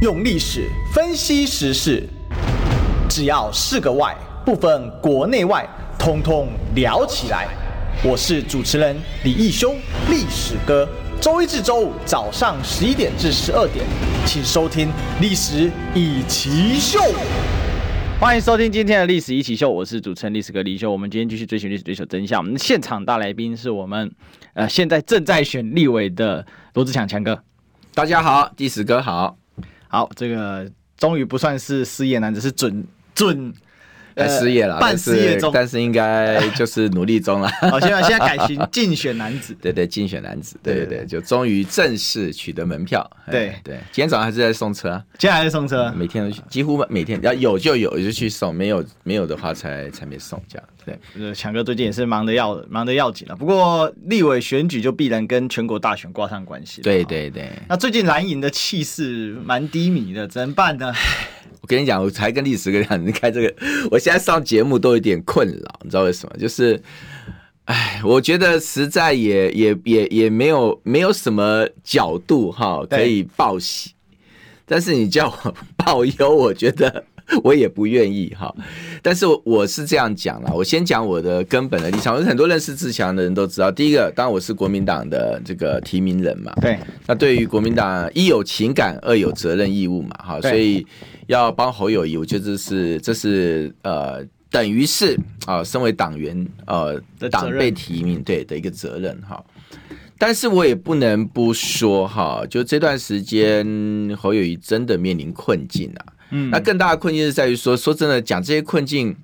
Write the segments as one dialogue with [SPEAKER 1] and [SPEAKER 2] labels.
[SPEAKER 1] 用历史分析时事，只要是个“外”，不分国内外，通通聊起来。我是主持人李义修，历史哥。周一至周五早上十一点至十二点，请收听《历史一奇秀》。
[SPEAKER 2] 欢迎收听今天的历史一起秀，我是主持人历史哥李修。我们今天继续追寻历史，追求真相。我们现场大来宾是我们，呃，现在正在选立委的罗志强强哥。
[SPEAKER 3] 大家好，历史哥好，
[SPEAKER 2] 好，这个终于不算是失业男子，是准准
[SPEAKER 3] 呃，失业了，
[SPEAKER 2] 半失业中。
[SPEAKER 3] 但是但是应该就是努 力中了。。
[SPEAKER 2] 好，现在现在改行竞选男子
[SPEAKER 3] 对对，竞选男子，对对
[SPEAKER 2] 对
[SPEAKER 3] 对，就终于正式取得门票。哎
[SPEAKER 2] 对
[SPEAKER 3] 对，今天早上还是在送车啊，
[SPEAKER 2] 接下来是送车，
[SPEAKER 3] 每天都去，几乎每天要有就有就去送，没有没有的话才才没送这样。对，
[SPEAKER 2] 呃强哥最近也是忙得要忙得要紧了。不过立委选举就必然跟全国大选挂上关系了。
[SPEAKER 3] 对
[SPEAKER 2] 哈。
[SPEAKER 3] 对对，
[SPEAKER 2] 那最近蓝营的气势蛮低迷的，怎么办呢？
[SPEAKER 3] 我跟你讲，我才跟历史哥讲，你看这个， 我现在上节目都有点困扰，你知道为什么？就是，哎，我觉得实在也也也也没有没有什么角度哈
[SPEAKER 2] 对
[SPEAKER 3] 可以报喜，但是你叫我报忧，我觉得我也不愿意哈。但是我我是这样讲啦，我先讲我的根本的立场。我很多认识志强的人都知道，第一个，当然我是国民党的这个提名人嘛，
[SPEAKER 2] 对，
[SPEAKER 3] 那对于国民党，一有情感，二有责任义务嘛，哈，
[SPEAKER 2] 对
[SPEAKER 3] 所以要帮侯友谊，我觉得这是这是呃，等于是啊、身为党员呃
[SPEAKER 2] 的责任，
[SPEAKER 3] 党被提名对的一个责任哈。但是我也不能不说哈，就这段时间侯友谊真的面临困境啊。
[SPEAKER 2] 嗯
[SPEAKER 3] 那更大的困境是在于说，说真的，讲这些困境，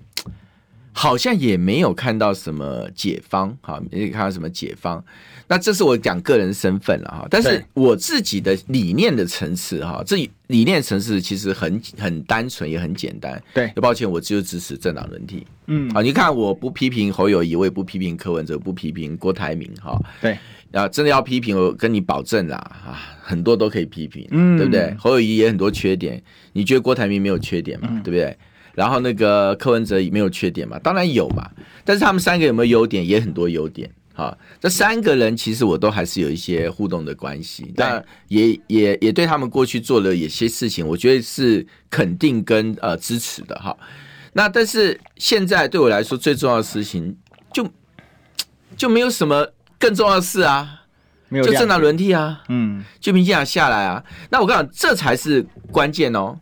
[SPEAKER 3] 好像也没有看到什么解方，哈，没有看到什么解方。那这是我讲个人身份了哈，但是
[SPEAKER 2] 对
[SPEAKER 3] 我自己的理念的层次哈，这理念层次其实很很单纯，也很简单。
[SPEAKER 2] 对，
[SPEAKER 3] 抱歉，我只有支持政党轮替。
[SPEAKER 2] 嗯，
[SPEAKER 3] 好，你看我不批评侯友谊，我也不批评柯文哲，不批评郭台铭哈。
[SPEAKER 2] 对，
[SPEAKER 3] 啊，真的要批评，我跟你保证啦，啊，很多都可以批评，
[SPEAKER 2] 嗯
[SPEAKER 3] 对不对？侯友谊也很多缺点，你觉得郭台铭没有缺点嘛？
[SPEAKER 2] 嗯
[SPEAKER 3] 对不对？然后那个柯文哲也没有缺点嘛？当然有嘛，但是他们三个有没有优点？也很多优点。好，这三个人其实我都还是有一些互动的关系，那也也也对他们过去做了有些事情，我觉得是肯定跟呃支持的哈。那但是现在对我来说最重要的事情就就没有什么更重要的事啊，
[SPEAKER 2] 没有
[SPEAKER 3] 就
[SPEAKER 2] 亮
[SPEAKER 3] 政党轮替啊，
[SPEAKER 2] 嗯，
[SPEAKER 3] 就民进党下来啊。那我跟你讲，这才是关键哦。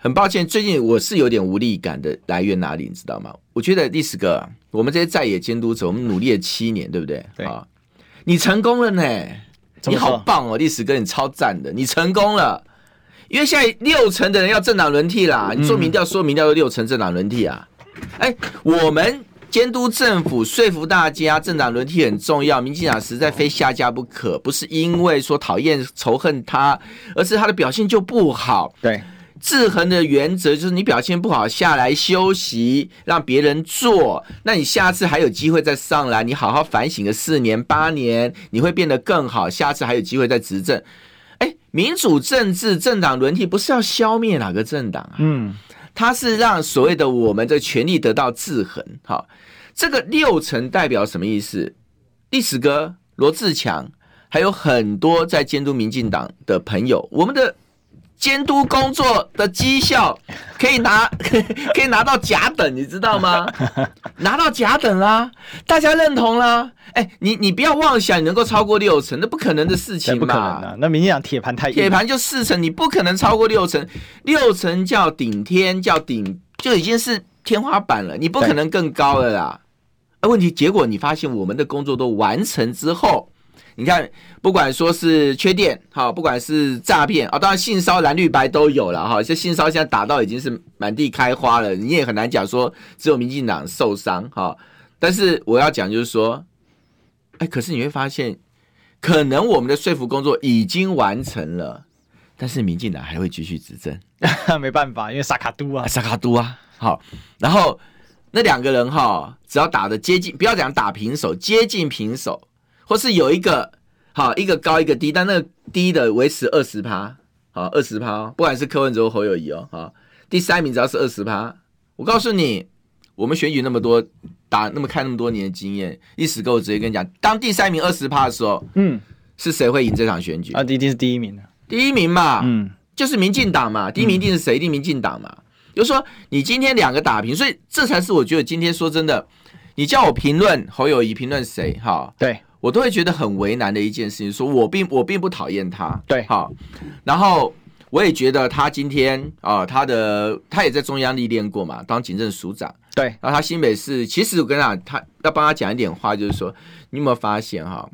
[SPEAKER 3] 很抱歉，最近我是有点无力感的来源哪里，你知道吗？我觉得历史哥，啊我们这些在野监督者，我们努力了七年，对不对？
[SPEAKER 2] 对
[SPEAKER 3] 啊，你成功了呢，
[SPEAKER 2] 怎
[SPEAKER 3] 你
[SPEAKER 2] 么说
[SPEAKER 3] 好棒哦，历史哥，你超赞的，你成功了。因为现在六成的人要政党轮替啦，
[SPEAKER 2] 嗯
[SPEAKER 3] 你做民调说民调都六成政党轮替啊。哎，我们监督政府，说服大家，政党轮替很重要。民进党实在非下架不可，不是因为说讨厌仇恨他，而是他的表现就不好。
[SPEAKER 2] 对，
[SPEAKER 3] 制衡的原则就是你表现不好下来休息，让别人做。那你下次还有机会再上来，你好好反省个四年八年，你会变得更好。下次还有机会再执政。哎，民主政治政党轮替不是要消灭哪个政党啊？
[SPEAKER 2] 嗯，
[SPEAKER 3] 它是让所谓的我们的权利得到制衡。好，这个六成代表什么意思？历史哥罗志强，还有很多在监督民进党的朋友，我们的监督工作的绩效可以拿 可以拿到甲等，你知道 吗？拿到甲等啦、大家认同啦、哎，你你不要妄想你能够超过六成，那不可能的事
[SPEAKER 2] 这
[SPEAKER 3] 情
[SPEAKER 2] 不可能
[SPEAKER 3] 嘛。
[SPEAKER 2] 的。那民进党铁盘太硬了啊
[SPEAKER 3] 铁盘就四成，你不可能超过六成，六成叫顶天，叫顶就已经是天花板了，你不可能更高了啦。而问题结果，你发现我们的工作都完成之后，你看，不管说是缺电，好，不管是诈骗啊，当然性骚蓝绿白都有了哈。这性骚现在打到已经是满地开花了，你也很难讲说只有民进党受伤哈。但是我要讲就是说，哎，可是你会发现，可能我们的说服工作已经完成了，但是民进党还会继续执政，
[SPEAKER 2] 没办法，因为萨卡都啊
[SPEAKER 3] 啊，，萨卡都啊，好，然后那两个人哈，只要打的接近，不要讲打平手，接近平手，或是有一个好一个高一个低，但那个低的维持二十趴，好二十趴哦，不管是柯文哲或侯友谊哦，好，第三名只要是二十趴，我告诉你，我们选举那么多打那么看那么多年的经验，一时跟我直接跟你讲，当第三名二十趴的时候，
[SPEAKER 2] 嗯，
[SPEAKER 3] 是谁会赢这场选举？
[SPEAKER 2] 啊，一定是第一名的，
[SPEAKER 3] 第一名嘛，
[SPEAKER 2] 嗯，
[SPEAKER 3] 就是民进党嘛，第一名一定是谁？一定民进党嘛。就说你今天两个打平，所以这才是我觉得今天说真的，你叫我评论侯友谊评论谁哈，
[SPEAKER 2] 对
[SPEAKER 3] 我都会觉得很为难的一件事情。说我并我并不讨厌他，
[SPEAKER 2] 对
[SPEAKER 3] 好，然后我也觉得他今天啊、他的他也在中央历练过嘛，当警政署长。
[SPEAKER 2] 对，
[SPEAKER 3] 然后他新北市，其实我跟你讲，他要帮他讲一点话，就是说，你有没有发现哈、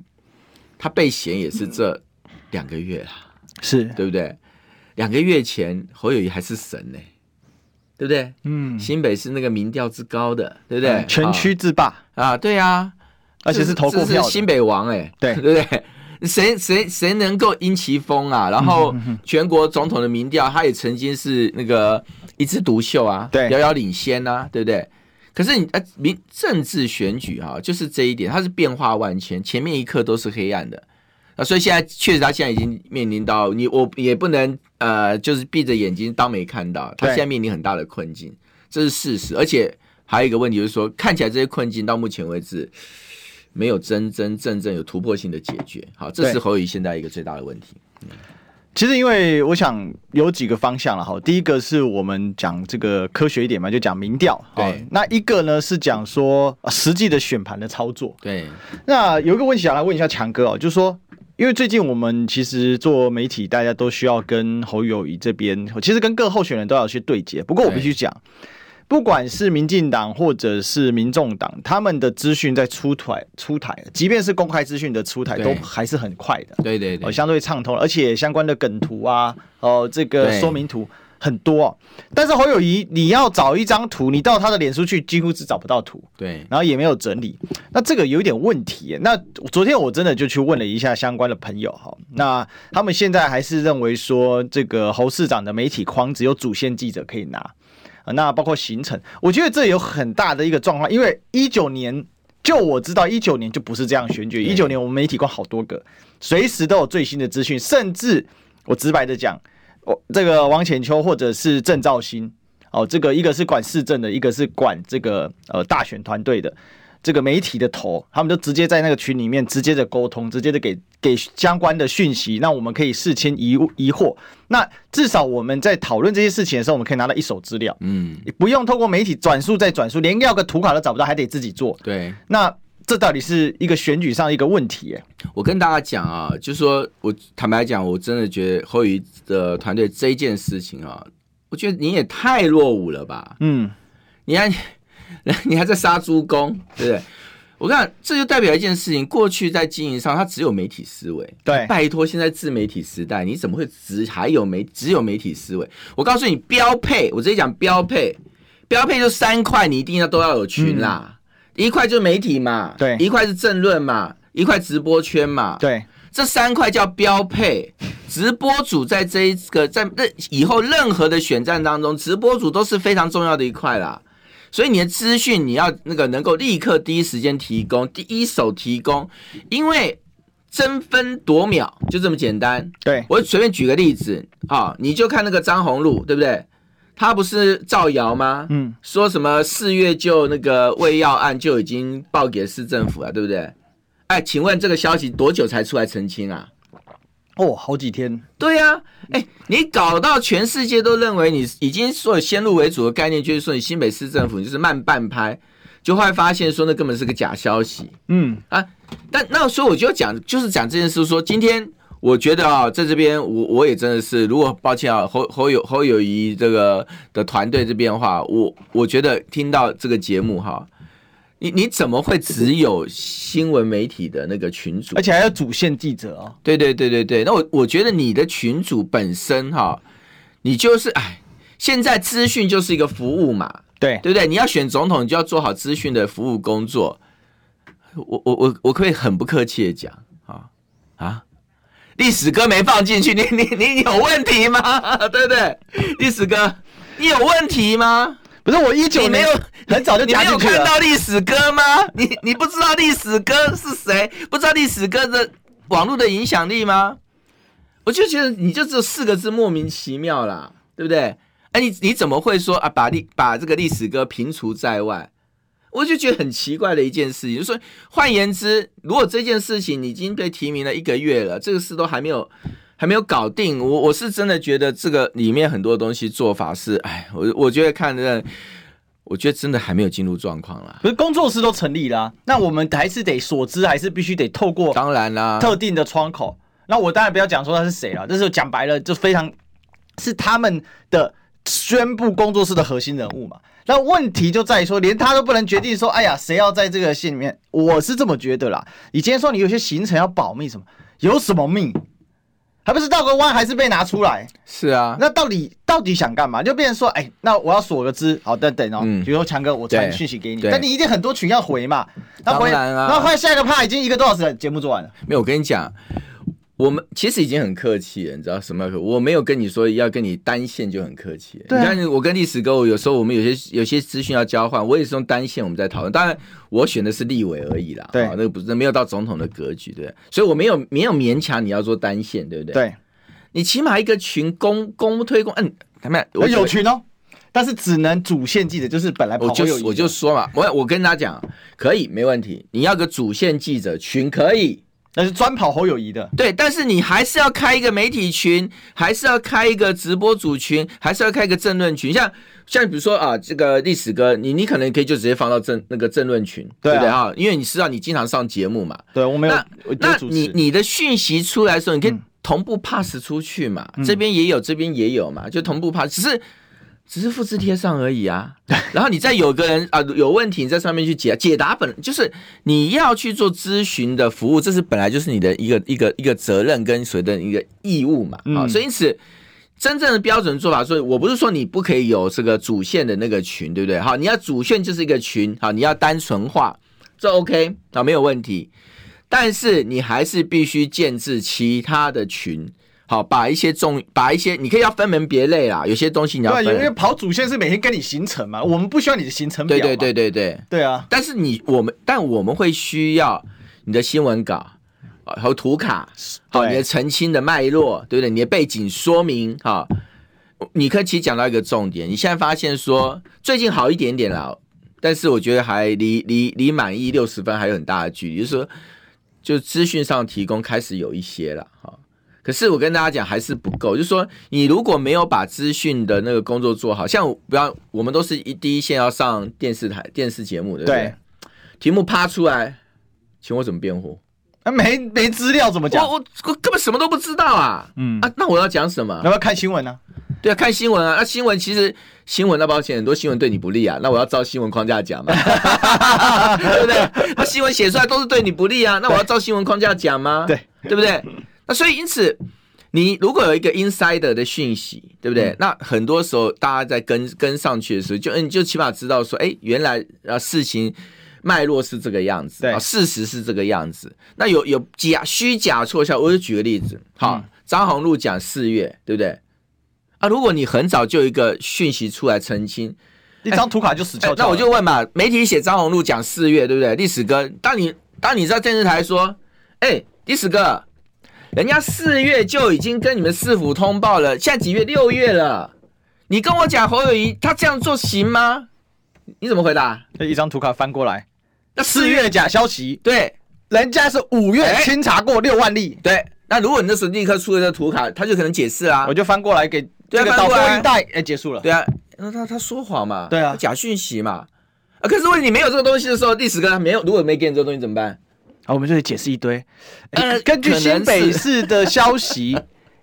[SPEAKER 3] 他被嫌也是这两个月啦，
[SPEAKER 2] 是，
[SPEAKER 3] 对不对？两个月前侯友谊还是神呢、对不对？
[SPEAKER 2] 嗯，
[SPEAKER 3] 新北市那个民调之高的，对不对？
[SPEAKER 2] 全区自霸，
[SPEAKER 3] 啊啊，对啊，
[SPEAKER 2] 而且是投
[SPEAKER 3] 这
[SPEAKER 2] 过票
[SPEAKER 3] 这是
[SPEAKER 2] 的，
[SPEAKER 3] 新北王哎、
[SPEAKER 2] 对
[SPEAKER 3] 对不对？谁谁谁能够因其风啊？然
[SPEAKER 2] 嗯
[SPEAKER 3] 后全国总统的民调，他也曾经是那个一枝独秀啊，
[SPEAKER 2] 对
[SPEAKER 3] 遥遥领先啊，对不对？可是你呃，民政治选举啊，就是这一点，它是变化万千，前面一刻都是黑暗的啊，所以现在确实他现在已经面临到你我也不能呃，就是闭着眼睛当没看到，他
[SPEAKER 2] 对
[SPEAKER 3] 现在面临很大的困境，这是事实，而且还有一个问题就是说，看起来这些困境到目前为止没有真真正正有突破性的解决。好，这是
[SPEAKER 2] 对
[SPEAKER 3] 侯友宜现在一个最大的问题。
[SPEAKER 2] 其实，因为我想有几个方向了哈。第一个是我们讲这个科学一点嘛，就讲民调。
[SPEAKER 3] 对
[SPEAKER 2] 哦那一个呢是讲说呃实际的选盘的操作。
[SPEAKER 3] 对，
[SPEAKER 2] 那有一个问题想来问一下强哥哦，就是说，因为最近我们其实做媒体，大家都需要跟侯友谊这边，其实跟各候选人都要有些对接。不过我必须讲，不管是民进党或者是民众党，他们的资讯在出台出台，即便是公开资讯的出台，
[SPEAKER 3] 对
[SPEAKER 2] 都还是很快的。
[SPEAKER 3] 对对对
[SPEAKER 2] 哦，，相对畅通了，而且相关的梗图啊，哦，这个
[SPEAKER 3] 对
[SPEAKER 2] 说明图很多、哦。但是侯友谊，你要找一张图，你到他的脸书去，几乎是找不到图，
[SPEAKER 3] 对
[SPEAKER 2] 然后也没有整理。那这个有一点问题耶。那昨天我真的就去问了一下相关的朋友哈，那他们现在还是认为说，这个侯市长的媒体框只有主线记者可以拿，啊那包括行程，我觉得这有很大的一个状况，因为一九年。就我知道，一九年就不是这样选举。一九年我们媒体官好多个，随时都有最新的资讯，甚至我直白的讲，我这个王浅秋或者是郑兆兴，哦，这个一个是管市政的，一个是管这个呃大选团队的，这个媒体的头，他们就直接在那个群里面直接的沟通，直接的给给相关的讯息，那我们可以事先疑疑惑。那至少我们在讨论这些事情的时候，我们可以拿到一手资料，
[SPEAKER 3] 嗯，
[SPEAKER 2] 不用透过媒体转述再转述，连要个图卡都找不到，还得自己做。
[SPEAKER 3] 对。
[SPEAKER 2] 那这到底是一个选举上的一个问题、耶
[SPEAKER 3] 我跟大家讲啊，就说我坦白讲，我真的觉得侯友宜的团队这一件事情啊，我觉得你也太落伍了吧？
[SPEAKER 2] 嗯，
[SPEAKER 3] 你还 你还在杀猪工，对不对？我跟你讲，这就代表一件事情，过去在经营上，它只有媒体思维。
[SPEAKER 2] 对
[SPEAKER 3] 拜托，现在自媒体时代，你怎么会只还有媒只有媒体思维？我告诉你，标配，我直接讲标配，标配就三块，你一定要都要有群啦，一块就媒体嘛，
[SPEAKER 2] 嗯对
[SPEAKER 3] 一块是政论嘛，一块直播圈嘛，
[SPEAKER 2] 对，
[SPEAKER 3] 这三块叫标配。直播主在这一个在那以后任何的选战当中，直播主都是非常重要的一块啦。所以你的资讯你要那个能够立刻第一时间提供，第一手提供，因为争分夺秒就这么简单。
[SPEAKER 2] 对，
[SPEAKER 3] 我随便举个例子啊、你就看那个张宏禄，对不对？他不是造谣吗？
[SPEAKER 2] 嗯，
[SPEAKER 3] 说什么四月就那个胃药案就已经报给市政府了，对不对？哎，请问这个消息多久才出来澄清啊？
[SPEAKER 2] 哦，好几天，
[SPEAKER 3] 对呀、哎、你搞到全世界都认为你已经说有先入为主的概念，就是说你新北市政府你就是慢半拍，就会发现说那根本是个假消息。
[SPEAKER 2] 嗯，
[SPEAKER 3] 但那时候我就讲，就是讲这件事说今天我觉得啊，在这边我我也真的是，如果抱歉啊，侯侯友侯友谊这个的团队这边的话，我我觉得听到这个节目哈，你你怎么会只有新闻媒体的那个群主
[SPEAKER 2] 而？且还有主线记者哦，
[SPEAKER 3] 对对对对对，那我我觉得你的群主本身哈，你就是哎，现在资讯就是一个服务嘛，
[SPEAKER 2] 对，
[SPEAKER 3] 对不对？你要选总统，你就要做好资讯的服务工作。我我我我可以很不客气的讲啊啊，历史哥没放进去，你你你有问题吗？ 对不对？历史哥，你有问题吗？
[SPEAKER 2] 不是我一九
[SPEAKER 3] 你没
[SPEAKER 2] 年
[SPEAKER 3] 有
[SPEAKER 2] 很早就
[SPEAKER 3] 你
[SPEAKER 2] 加
[SPEAKER 3] 没有
[SPEAKER 2] 进去
[SPEAKER 3] 看
[SPEAKER 2] 了，
[SPEAKER 3] 到历史哥吗？你你不知道历史哥是谁？不知道历史哥的网络的影响力吗？我就觉得你就只有四个字莫名其妙啦，对不对？哎、你你怎么会说啊？把历把这个历史哥平除在外？我就觉得很奇怪的一件事情，就是说，换言之，如果这件事情你已经被提名了一个月了，这个事都还没有还没有搞定。我我是真的觉得这个里面很多东西做法是，哎，我我觉得看着，我觉得真的还没有进入状况啦。
[SPEAKER 2] 可是工作室都成立啦、啊那我们还是得所知，还是必须得透过
[SPEAKER 3] 当然啦，
[SPEAKER 2] 特定的窗口。那我当然不要讲说他是谁了，但是讲白了就非常是他们的宣布工作室的核心人物嘛。那问题就在于说，连他都不能决定说，哎呀，谁要在这个线里面？我是这么觉得啦。你今天说你有些行程要保密什么，有什么命？还不是绕个弯，还是被拿出来？
[SPEAKER 3] 是啊，
[SPEAKER 2] 那到底到底想干嘛？就变成说，哎，那我要锁个资，好，等等哦，
[SPEAKER 3] 嗯
[SPEAKER 2] 比如说强哥，我传
[SPEAKER 3] 对
[SPEAKER 2] 讯息给你，
[SPEAKER 3] 对
[SPEAKER 2] 但你一定很多群要回嘛，那回，
[SPEAKER 3] 当然啊
[SPEAKER 2] 然后快下一个趴已经一个多小时了，节目做完了，
[SPEAKER 3] 没有，我跟你讲，我们其实已经很客气了，你知道什么叫客？我没有跟你说要跟你单线就很客气。
[SPEAKER 2] 对啊
[SPEAKER 3] 你看我跟历史哥，我有时候我们有些有些资讯要交换，我也是用单线我们在讨论。当然，我选的是立委而已啦，
[SPEAKER 2] 对
[SPEAKER 3] 哦那个不是没有到总统的格局，对不对？所以我没有没有勉强你要做单线，对不对？，
[SPEAKER 2] 对，你
[SPEAKER 3] 你起码一个群公公推公，嗯，他们我
[SPEAKER 2] 有群哦，但是只能主线记者，就是本来
[SPEAKER 3] 我
[SPEAKER 2] 跑
[SPEAKER 3] 就
[SPEAKER 2] 会有
[SPEAKER 3] 我就说嘛，我我跟他讲，可以没问题，你要个主线记者群可以，
[SPEAKER 2] 那是专跑侯友谊的，
[SPEAKER 3] 对，但是你还是要开一个媒体群，还是要开一个直播组群，还是要开一个政论群。像像比如说啊，这个历史哥，你你可能可以就直接放到政那个政论群，
[SPEAKER 2] 对啊
[SPEAKER 3] 不对啊？因为你知道你经常上节目嘛。
[SPEAKER 2] 对我没有
[SPEAKER 3] 那，
[SPEAKER 2] 我就
[SPEAKER 3] 那
[SPEAKER 2] 主
[SPEAKER 3] 你
[SPEAKER 2] 持，嗯
[SPEAKER 3] 你的讯息出来的时候，你可以同步 pass 出去嘛，这边也有，这边也有嘛，就同步 pass，只是只是复制贴上而已啊。然后你再有个人啊有问题，你在上面去解解答本，就是你要去做咨询的服务，这是本来就是你的一个一个一个责任跟所谓的一个义务嘛啊，
[SPEAKER 2] 嗯
[SPEAKER 3] 所以因此。真正的标准做法，所以我不是说你不可以有这个主线的那个群，对不对？好，你要主线就是一个群，好，你要单纯化，这 OK 啊，没有问题。但是你还是必须建制其他的群，好，把一些重，把一些你可以要分门别类啦，有些东西你要
[SPEAKER 2] 对，啊
[SPEAKER 3] 分，
[SPEAKER 2] 因为跑主线是每天跟你行程嘛，我们不需要你的行程表
[SPEAKER 3] 对
[SPEAKER 2] 嘛，
[SPEAKER 3] 对对对对。
[SPEAKER 2] 对啊，
[SPEAKER 3] 但是你我们，但我们会需要你的新闻稿。啊和图卡，好，
[SPEAKER 2] 对
[SPEAKER 3] 你的澄清的脉络，对不对？你的背景说明，哈，你可以其实讲到一个重点。你现在发现说最近好一点点啦，但是我觉得还离离离满意六十分还有很大的距离，就是说，就资讯上提供开始有一些了，哈。可是我跟大家讲还是不够，就是说你如果没有把资讯的那个工作做好，像不要我们都是一第一线要上电视台电视节目，对不对？
[SPEAKER 2] 对
[SPEAKER 3] 题目趴出来，请我怎么辩护？
[SPEAKER 2] 那啊没没资料怎么讲？
[SPEAKER 3] 我我我根本什么都不知道啊！
[SPEAKER 2] 嗯，
[SPEAKER 3] 啊，那我要讲什么
[SPEAKER 2] 要？不要看新闻呢？
[SPEAKER 3] 对啊，看新闻啊。那新闻其实新闻那抱歉，很多新闻对你不利啊。那我要照新闻框架讲嘛， 对不对？那新闻写出来都是对你不利啊。那我要照新闻框架讲吗？
[SPEAKER 2] 对，
[SPEAKER 3] 对不对？那所以因此，你如果有一个 insider 的讯息，对不
[SPEAKER 2] 嗯
[SPEAKER 3] 对？那很多时候大家在跟跟上去的时候，就嗯，你就起码知道说，哎，原来啊事情脉络是这个样子，
[SPEAKER 2] 对
[SPEAKER 3] 啊，事实是这个样子。那有有假虚假错效，我就举个例子，好，张宏禄讲四月，对不对？啊，如果你很早就有一个讯息出来澄清，
[SPEAKER 2] 一张图卡就死
[SPEAKER 3] 哎
[SPEAKER 2] 翘翘了，
[SPEAKER 3] 那我就问嘛，媒体写张宏禄讲四月，对不对？历史哥，当你当你在电视台说，哎、历史哥，人家四月就已经跟你们市府通报了，现在几月？六月了，你跟我讲侯友谊他这样做行吗？你怎么回答？
[SPEAKER 2] 一张图卡翻过来，
[SPEAKER 3] 那
[SPEAKER 2] 四月假消息，
[SPEAKER 3] 对
[SPEAKER 2] 人家是五月
[SPEAKER 3] 哎
[SPEAKER 2] 清查过六万例，
[SPEAKER 3] 对，那如果你那时候立刻出了这图卡，他就可能解释啊
[SPEAKER 2] 我，就翻过来给这
[SPEAKER 3] 对啊
[SPEAKER 2] 个
[SPEAKER 3] 翻
[SPEAKER 2] 导
[SPEAKER 3] 过
[SPEAKER 2] 播
[SPEAKER 3] 来
[SPEAKER 2] 一带，哎，结束了。
[SPEAKER 3] 对啊，那他他说谎嘛，
[SPEAKER 2] 对啊
[SPEAKER 3] 他假讯息嘛，啊，可是问题你没有这个东西的时候，历史哥他没有，如果没给你这个东西怎么办？
[SPEAKER 2] 好，我们就得解释一堆。
[SPEAKER 3] 呃
[SPEAKER 2] 根据
[SPEAKER 3] 可能
[SPEAKER 2] 新北
[SPEAKER 3] 是
[SPEAKER 2] 市的消息，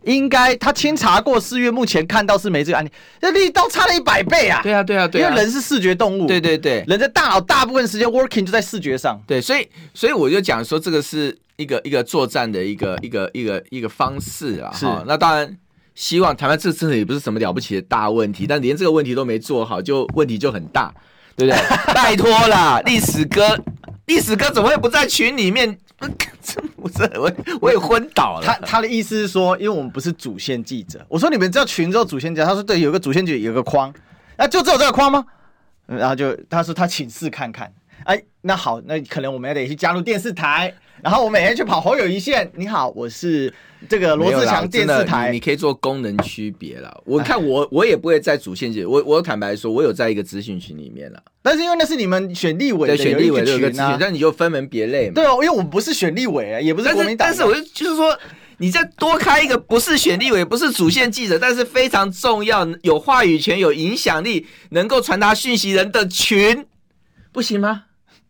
[SPEAKER 2] 应该他清查过四月，目前看到是没这个案例，那力道差了一百倍啊！
[SPEAKER 3] 对啊，对啊，对啊，
[SPEAKER 2] 因为人是视觉动物，
[SPEAKER 3] 对对对
[SPEAKER 2] 人的大脑大部分时间 working 就在视觉上。
[SPEAKER 3] 对，所以所以我就讲说，这个是一个一个作战的一个一个一个一个方式啊。
[SPEAKER 2] 是
[SPEAKER 3] 哈，那当然。希望台湾这真的也不是什么了不起的大问题，但连这个问题都没做好，就问题就很大，对不 对？拜托啦，历史哥，历史哥怎么会不在群里面？ 这我真的我也我也昏倒 了。
[SPEAKER 2] 他他的意思是说，因为我们不是主线记者，我说你们知道群之后主线记者，他说对，有个主线记者有个框，那、就只有这个框吗？嗯然后就他说他请示看看，哎，那好，那可能我们也得去加入电视台，然后我每天去跑侯友一线。你好，我是这个罗
[SPEAKER 3] 没有
[SPEAKER 2] 志
[SPEAKER 3] 啦
[SPEAKER 2] 祥电
[SPEAKER 3] 真
[SPEAKER 2] 视
[SPEAKER 3] 的
[SPEAKER 2] 台哎
[SPEAKER 3] 你，你可以做功能区别了。我看我我也不会在主线界，我我坦白说，我有在一个资讯群里面了，
[SPEAKER 2] 但是因为那是你们选立委
[SPEAKER 3] 对，
[SPEAKER 2] 的
[SPEAKER 3] 选立委
[SPEAKER 2] 有
[SPEAKER 3] 的有
[SPEAKER 2] 一
[SPEAKER 3] 个
[SPEAKER 2] 个
[SPEAKER 3] 资
[SPEAKER 2] 群
[SPEAKER 3] 讯
[SPEAKER 2] 啊，，
[SPEAKER 3] 但你就分门别类嘛。
[SPEAKER 2] 对哦，因为我们不是选立委，也不是
[SPEAKER 3] 但
[SPEAKER 2] 国
[SPEAKER 3] 是
[SPEAKER 2] 民党，
[SPEAKER 3] 但是我就就是说，你再多开一个不是选立委，不是主线记者，但是非常重要、有话语权、有影响力、能够传达讯息人的群，不 行吗？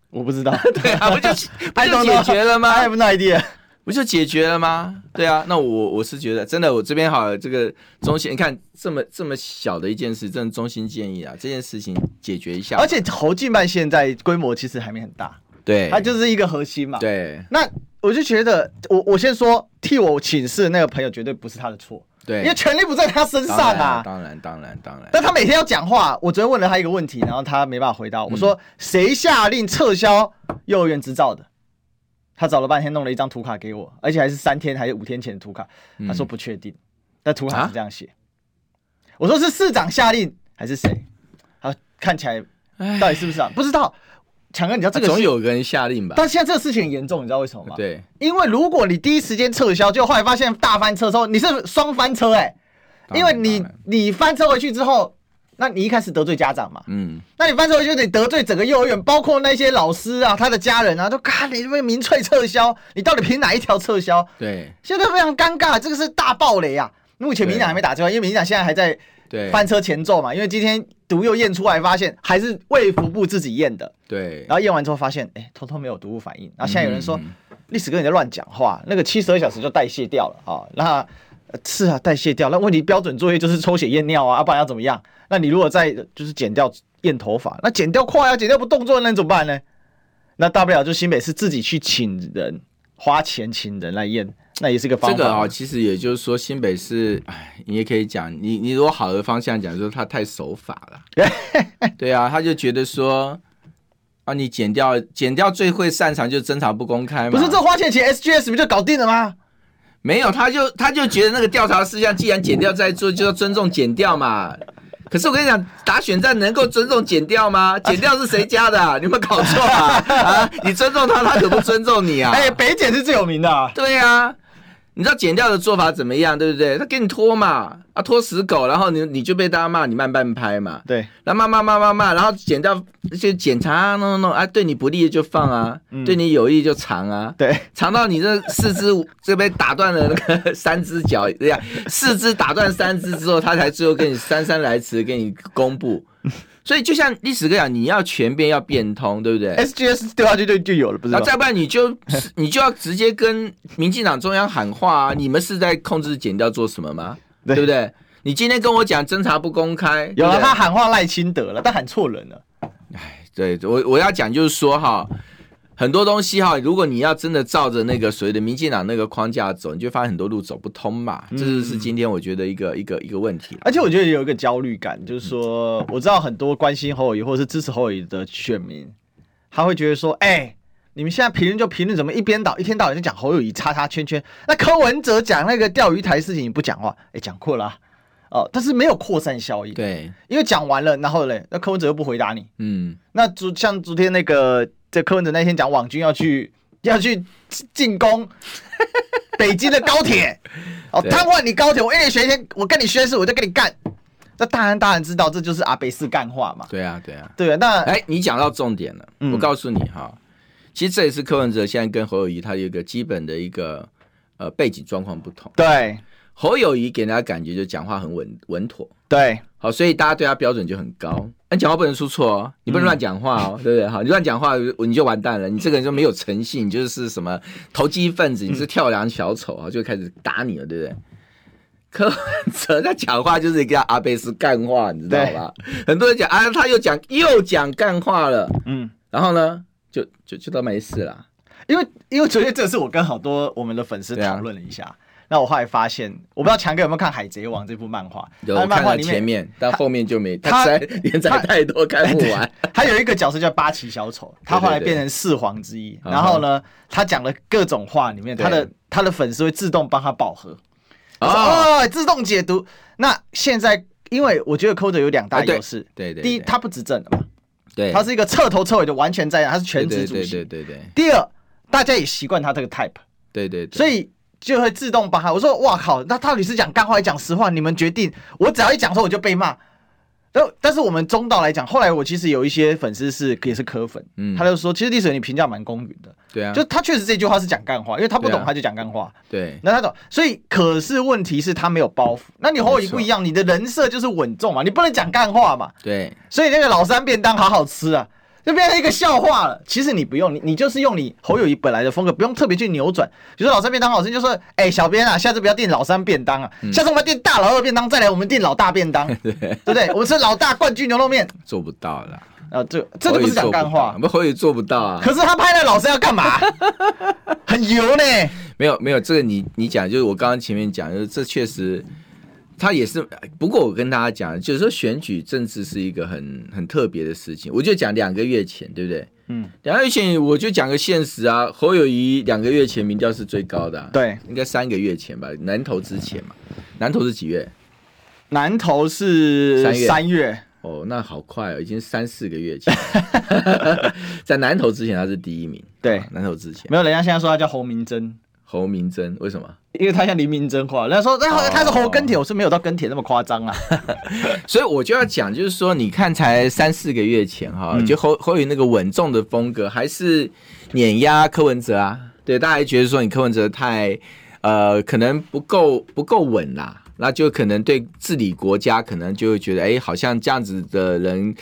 [SPEAKER 2] 我不知道，
[SPEAKER 3] 对啊，不就不
[SPEAKER 2] I
[SPEAKER 3] 就
[SPEAKER 2] don't
[SPEAKER 3] 解
[SPEAKER 2] know
[SPEAKER 3] 决 了
[SPEAKER 2] I
[SPEAKER 3] 吗？
[SPEAKER 2] have no idea。
[SPEAKER 3] 不就解决了吗？对啊，那我我是觉得真的，我这边好了，这个中心，你看这么这么小的一件事，真的衷心建议啊，这件事情解决一下。
[SPEAKER 2] 而且侯进办现在规模其实还没很大，
[SPEAKER 3] 对，
[SPEAKER 2] 它就是一个核心嘛。。
[SPEAKER 3] 对
[SPEAKER 2] 那我就觉得，我我先说，替我请示的那个朋友绝对不是他的错，
[SPEAKER 3] 对，
[SPEAKER 2] 因为权力不在他身上啊。
[SPEAKER 3] 当然当然当然当
[SPEAKER 2] 但
[SPEAKER 3] 然，
[SPEAKER 2] 他每天要讲话，我昨天问了他一个问题，然后他没办法回
[SPEAKER 3] 嗯
[SPEAKER 2] 答我。我说谁下令撤销幼儿园执照的？他找了半天弄了一张图卡给我，而且还是三天还是五天前的图卡。
[SPEAKER 3] 嗯
[SPEAKER 2] 他说不确定，但图卡
[SPEAKER 3] 啊
[SPEAKER 2] 是这样写。我说是市长下令还是谁？他看起来到底是不是啊？不知道。强哥，你知道这
[SPEAKER 3] 这
[SPEAKER 2] 个
[SPEAKER 3] 个
[SPEAKER 2] 事
[SPEAKER 3] 啊总有个人下令吧？
[SPEAKER 2] 但现在这个事情很严重，你知道为什么吗？，
[SPEAKER 3] 对，
[SPEAKER 2] 因为如果你第一时间撤销，就后来发现大翻车之后，你是双翻车哎、
[SPEAKER 3] 当然
[SPEAKER 2] 因为你
[SPEAKER 3] 当然
[SPEAKER 2] 你翻车回去之后，那你一开始得罪家长嘛，
[SPEAKER 3] 嗯，
[SPEAKER 2] 那你翻车回去，你得罪整个幼儿园，包括那些老师啊、他的家人啊，都看你被民粹撤销，你到底凭哪一条撤销？
[SPEAKER 3] 对
[SPEAKER 2] 现在非常尴尬，这个是大暴雷啊！目前
[SPEAKER 3] 对
[SPEAKER 2] 民进党还没打出来，因为民进党现在还在
[SPEAKER 3] 对，
[SPEAKER 2] 翻车前奏嘛，因为今天毒又验出来，发现还是卫福部自己验的。
[SPEAKER 3] 对
[SPEAKER 2] 然后验完之后发现，哎、偷偷没有毒物反应。然后现在有人说
[SPEAKER 3] 嗯嗯，
[SPEAKER 2] 历、史哥你在乱讲话，那个七十二小时就代谢掉了啊、那呃是啊，代谢掉。那问题标准作业就是抽血验尿啊，啊不然要怎么样？那你如果再就是剪掉验头发，那剪掉快啊，剪掉不动作，那你怎么办呢？那大不了就新北市自己去请人，花钱请人来验，那也是个方
[SPEAKER 3] 这
[SPEAKER 2] 法。
[SPEAKER 3] 个啊、其实也就是说，新北市，哎，你也可以讲，你你如果好的方向讲，说他太守法 了，对啊，他就觉得说，啊，你减掉减掉最会擅长就是侦查不公开嘛，
[SPEAKER 2] 不是这花钱请 SGS 不就搞定了吗？
[SPEAKER 3] 没有，他就他就觉得那个调查事项既然减掉再做，就要尊重减掉嘛。可是我跟你讲，打选战能够尊重减掉吗？减掉是谁家的、啊？ 你有没有搞错啊？啊，你尊重他，他可不尊重你啊！
[SPEAKER 2] 哎、北检是最有名的、啊。
[SPEAKER 3] 对啊，你知道减掉的做法怎么样，对不对？他给你拖嘛，啊拖死狗，然后你你就被大家骂你慢半拍嘛，
[SPEAKER 2] 对，
[SPEAKER 3] 然后骂骂骂骂骂，然后减掉就检查啊弄弄弄啊，对你不利的就放啊，对你有益就藏啊，
[SPEAKER 2] 对，
[SPEAKER 3] 藏到你这四肢这边打断了那个三只脚，这样四肢打断三只之后，他才最后跟你姗姗来迟给你公布。所以就像历史哥讲，你要全变要变通，对不
[SPEAKER 2] 哎啊
[SPEAKER 3] 对？
[SPEAKER 2] SGS 丢下去就就有了，不是
[SPEAKER 3] 那
[SPEAKER 2] 吗？
[SPEAKER 3] 再不然你就你就要直接跟民进党中央喊话啊！你们是在控制减掉做什么吗？
[SPEAKER 2] 对
[SPEAKER 3] 对不对？你今天跟我讲侦查不公开，
[SPEAKER 2] 有啊
[SPEAKER 3] 对啊
[SPEAKER 2] 了，
[SPEAKER 3] 不对
[SPEAKER 2] 他喊话赖清德了，但喊错人了。
[SPEAKER 3] 对我我要讲就是说哈，很多东西哈，如果你要真的照着那个所谓的民进党那个框架走，你就发现很多路走不通嘛。这就是今天我觉得一个一个一个问题了。
[SPEAKER 2] 而且我觉得有一个焦虑感，就是
[SPEAKER 3] 嗯
[SPEAKER 2] 说，我知道很多关心侯友谊或者是支持侯友谊的选民，他会觉得说，哎、你们现在评论就评论，怎么一边倒一天到晚就讲侯友谊叉叉圈圈？那柯文哲讲那个钓鱼台事情你不讲话，哎、讲过了、啊，哦，但是没有扩散效应，，
[SPEAKER 3] 对，
[SPEAKER 2] 因为讲完了，然后嘞，那柯文哲又不回答你，
[SPEAKER 3] 嗯，
[SPEAKER 2] 那昨像昨天那个，这柯文哲那天讲网军要去要去进攻北京的高铁，哦，
[SPEAKER 3] 对
[SPEAKER 2] 瘫痪你高铁，我一年学一天，我跟你学死，我就跟你干。那当然当然知道，这就是阿北式干话嘛。
[SPEAKER 3] 对啊，对啊。
[SPEAKER 2] 对啊，那
[SPEAKER 3] 哎，你讲到重点了，
[SPEAKER 2] 嗯
[SPEAKER 3] 我告诉你哈，其实这也是柯文哲现在跟侯友谊他有一个基本的一个呃背景状况不同。
[SPEAKER 2] 对
[SPEAKER 3] 侯友谊给人家感觉就讲话很稳稳妥，
[SPEAKER 2] 对
[SPEAKER 3] 好，所以大家对他标准就很高。那讲话不能出错哦，你不能乱讲话
[SPEAKER 2] 嗯
[SPEAKER 3] 哦，对不对？好，你乱讲话你就完蛋了，你这个人就没有诚信，你就是什么投机分
[SPEAKER 2] 嗯
[SPEAKER 3] 子，你是跳梁小丑啊，就开始打你了，对不对？柯文哲他讲话就是跟阿贝斯干话，你知道吧？很多人讲啊，他又讲又讲干话了，
[SPEAKER 2] 嗯，
[SPEAKER 3] 然后呢，就就就都没事了。
[SPEAKER 2] 因为因为昨天这是我跟好多我们的粉丝
[SPEAKER 3] 对啊
[SPEAKER 2] 讨论了一下。那我后来发现，我不知道强哥有没有看《海贼王》这部漫画？
[SPEAKER 3] 有
[SPEAKER 2] 他的漫
[SPEAKER 3] 看
[SPEAKER 2] 画
[SPEAKER 3] 到
[SPEAKER 2] 里
[SPEAKER 3] 前
[SPEAKER 2] 面，
[SPEAKER 3] 面，但后面就没，
[SPEAKER 2] 他
[SPEAKER 3] 他实在 连载太多看不完。
[SPEAKER 2] 他有一个角色叫八旗小丑，他后来
[SPEAKER 3] 对对对
[SPEAKER 2] 变成四皇之一。
[SPEAKER 3] 嗯哼嗯
[SPEAKER 2] 然后呢，他讲了各种话，里面
[SPEAKER 3] 对
[SPEAKER 2] 他的他的粉丝会自动帮他饱和，
[SPEAKER 3] 哦，
[SPEAKER 2] 哦，自动解读。那现在，因为我觉得 Coder 有两大
[SPEAKER 3] 哎对
[SPEAKER 2] 优势，
[SPEAKER 3] 对对，
[SPEAKER 2] 第一，
[SPEAKER 3] 对
[SPEAKER 2] 他不执政的嘛，
[SPEAKER 3] 对
[SPEAKER 2] 他是一个彻头彻尾的完全在野，他是全职
[SPEAKER 3] 对
[SPEAKER 2] 主
[SPEAKER 3] 对
[SPEAKER 2] 席
[SPEAKER 3] 对。对对对
[SPEAKER 2] 第二，大家也习惯他这个 type，
[SPEAKER 3] 对对，对
[SPEAKER 2] 所以就会自动帮他。我说，哇靠，那到底是讲干话还是讲实话？你们决定。我只要一讲错，我就被骂。但但是我们中道来讲，后来我其实有一些粉丝是也是科粉，
[SPEAKER 3] 嗯
[SPEAKER 2] 他就说，其实历史你评价蛮公允的，
[SPEAKER 3] 对啊，
[SPEAKER 2] 就他确实这句话是讲干话，因为他不
[SPEAKER 3] 对啊
[SPEAKER 2] 懂他就讲干话，
[SPEAKER 3] 对，
[SPEAKER 2] 那他懂，所以可是问题是他没有包袱。那你侯友谊不一样，你的人设就是稳重嘛，你不能讲干话嘛，
[SPEAKER 3] 对，
[SPEAKER 2] 所以那个老三便当好好吃啊，就变成一个笑话了。其实你不用，你你就是用你侯友谊本来的风格，不用特别去扭转。比如说老三便当好吃，你就说，哎、小编啊，下次不要订老三便当啊，
[SPEAKER 3] 嗯
[SPEAKER 2] 下次我们要订大老二便当，再来我们订老大便 当，对不对？我们吃老大冠军牛肉面
[SPEAKER 3] 做不到啦。
[SPEAKER 2] 啊，这这就不是讲干话
[SPEAKER 3] 我。们侯友宜做不到啊。
[SPEAKER 2] 可是他拍了老三要干嘛？ 很油呢、
[SPEAKER 3] 没有没有，这个你你讲就是我刚刚前面讲，就是这确实，他也是。不过我跟大家讲，就是说选举政治是一个很很特别的事情。我就讲两个月前，对不对？
[SPEAKER 2] 嗯，
[SPEAKER 3] 两个月前我就讲个现实啊，侯友谊两个月前民调是最高的、啊，
[SPEAKER 2] 对，
[SPEAKER 3] 应该三个月前吧，南投之前嘛，南投是几月？
[SPEAKER 2] 南投是
[SPEAKER 3] 三月
[SPEAKER 2] 三月，
[SPEAKER 3] 哦，那好快哦，已经三四个月前， 在南投之前他是第一名，
[SPEAKER 2] 对
[SPEAKER 3] 啊南投之前
[SPEAKER 2] 没有人家现在说他叫侯明珍，
[SPEAKER 3] 侯明珍为什么？
[SPEAKER 2] 因为他像黎明珍化，人家说那
[SPEAKER 3] 哦
[SPEAKER 2] 他是侯跟铁，我是没有到跟铁那么夸张啊。
[SPEAKER 3] 所以我就要讲，就是说，你看才三四个月前哈，就侯侯友宜那个稳重的风格，还是碾压柯文哲啊。对，大家还觉得说你柯文哲太呃，可能不够不够稳啦，那就可能对治理国家，可能就会觉得，哎，好像这样子的人、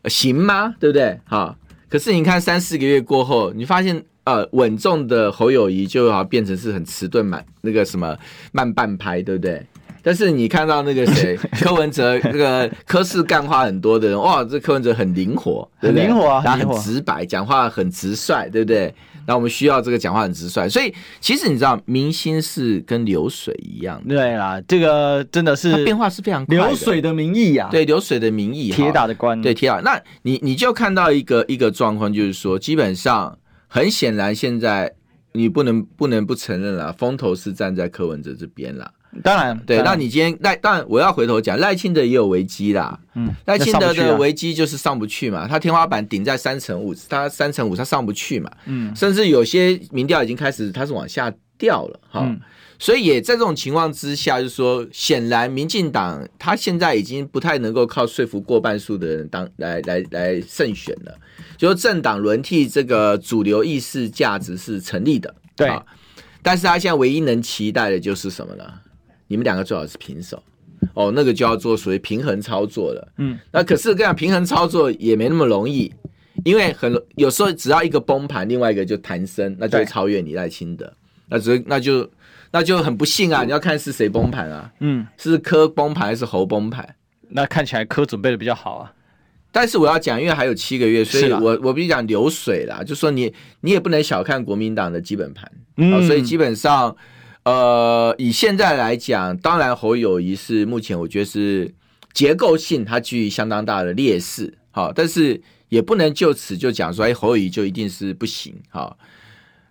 [SPEAKER 3] 呃行吗？对不对？哈，可是你看三四个月过后，你发现。呃，稳重的侯友谊就好像变成是很迟钝慢那个什么慢半拍，对不对？但是你看到那个 谁柯文哲，那个科室干话很多的人，哇，这柯文哲很灵活，对不对
[SPEAKER 2] 很灵活啊
[SPEAKER 3] 然
[SPEAKER 2] 很灵
[SPEAKER 3] 后
[SPEAKER 2] 活
[SPEAKER 3] 很直白，讲话很直率，对不对？那我们需要这个讲话很直率，所以其实你知道，明星是跟流水一样的，
[SPEAKER 2] 对啦，这个真的
[SPEAKER 3] 它
[SPEAKER 2] 是
[SPEAKER 3] 变化是非常快的
[SPEAKER 2] 流，水的名义呀，
[SPEAKER 3] 对流水的名义哈，
[SPEAKER 2] 铁打的官，
[SPEAKER 3] 对，铁打。那你你就看到一个一个状况，就是说，基本上很显然，现在你不能不能不承认啦，风头是站在柯文哲这边啦。
[SPEAKER 2] 当然
[SPEAKER 3] 对，
[SPEAKER 2] 当
[SPEAKER 3] 那
[SPEAKER 2] 然
[SPEAKER 3] 你今天赖，但我要回头讲，赖清德也有危机啦。
[SPEAKER 2] 嗯
[SPEAKER 3] 赖清
[SPEAKER 2] 那
[SPEAKER 3] 德
[SPEAKER 2] 上不去
[SPEAKER 3] 的
[SPEAKER 2] 啊
[SPEAKER 3] 危机就是上不去嘛，他天花板顶在三乘五，他三乘五他上不去嘛，
[SPEAKER 2] 嗯
[SPEAKER 3] 甚至有些民调已经开始他是往下掉了哈。
[SPEAKER 2] 嗯
[SPEAKER 3] 所以也在这种情况之下，就是说，显然民进党他现在已经不太能够靠说服过半数的人当来来来胜选了，就是政党轮替这个主流意识价值是成立的，
[SPEAKER 2] 对
[SPEAKER 3] 啊但是他现在唯一能期待的就是什么呢？你们两个最好是平手，哦，那个就要做所谓平衡操作了。
[SPEAKER 2] 嗯，
[SPEAKER 3] 那可是这样平衡操作也没那么容易，因为很有时候只要一个崩盘，另外一个就弹升，那就会
[SPEAKER 2] 对
[SPEAKER 3] 超越你赖清德，那只那就那就很不幸啊！你要看是谁崩盘啊，
[SPEAKER 2] 嗯，
[SPEAKER 3] 是科崩盘还是猴崩盘？
[SPEAKER 2] 那看起来科准备的比较好啊。
[SPEAKER 3] 但是我要讲，因为还有七个月，所以
[SPEAKER 2] 是啦
[SPEAKER 3] 我我必须讲流水啦，就说你你也不能小看国民党的基本盘，
[SPEAKER 2] 嗯
[SPEAKER 3] 哦所以基本上，呃，以现在来讲，当然侯友谊是目前我觉得是结构性它具相当大的劣势，好、但是也不能就此就讲说，哎，侯友谊就一定是不行，好、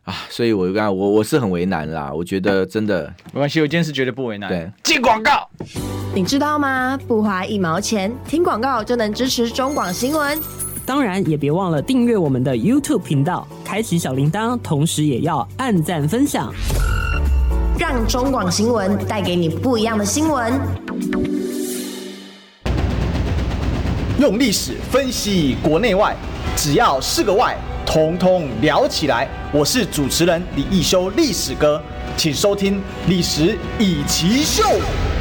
[SPEAKER 3] 啊，所以我刚才我我是很为难啦，我觉得真的
[SPEAKER 2] 没关系，我今天是绝对不为难。
[SPEAKER 3] 对，
[SPEAKER 2] 进广告。
[SPEAKER 4] 你知道吗？不花一毛钱，听广告就能支持中广新闻。
[SPEAKER 5] 当然也别忘了订阅我们的 YouTube 频道，开启小铃铛，同时也要按赞分享。
[SPEAKER 4] 让中广新闻带给你不一样的新闻。
[SPEAKER 1] 用历史分析国内外，只要是个“外”，统统聊起来。我是主持人李一修，历史哥，请收听《历史以奇秀》。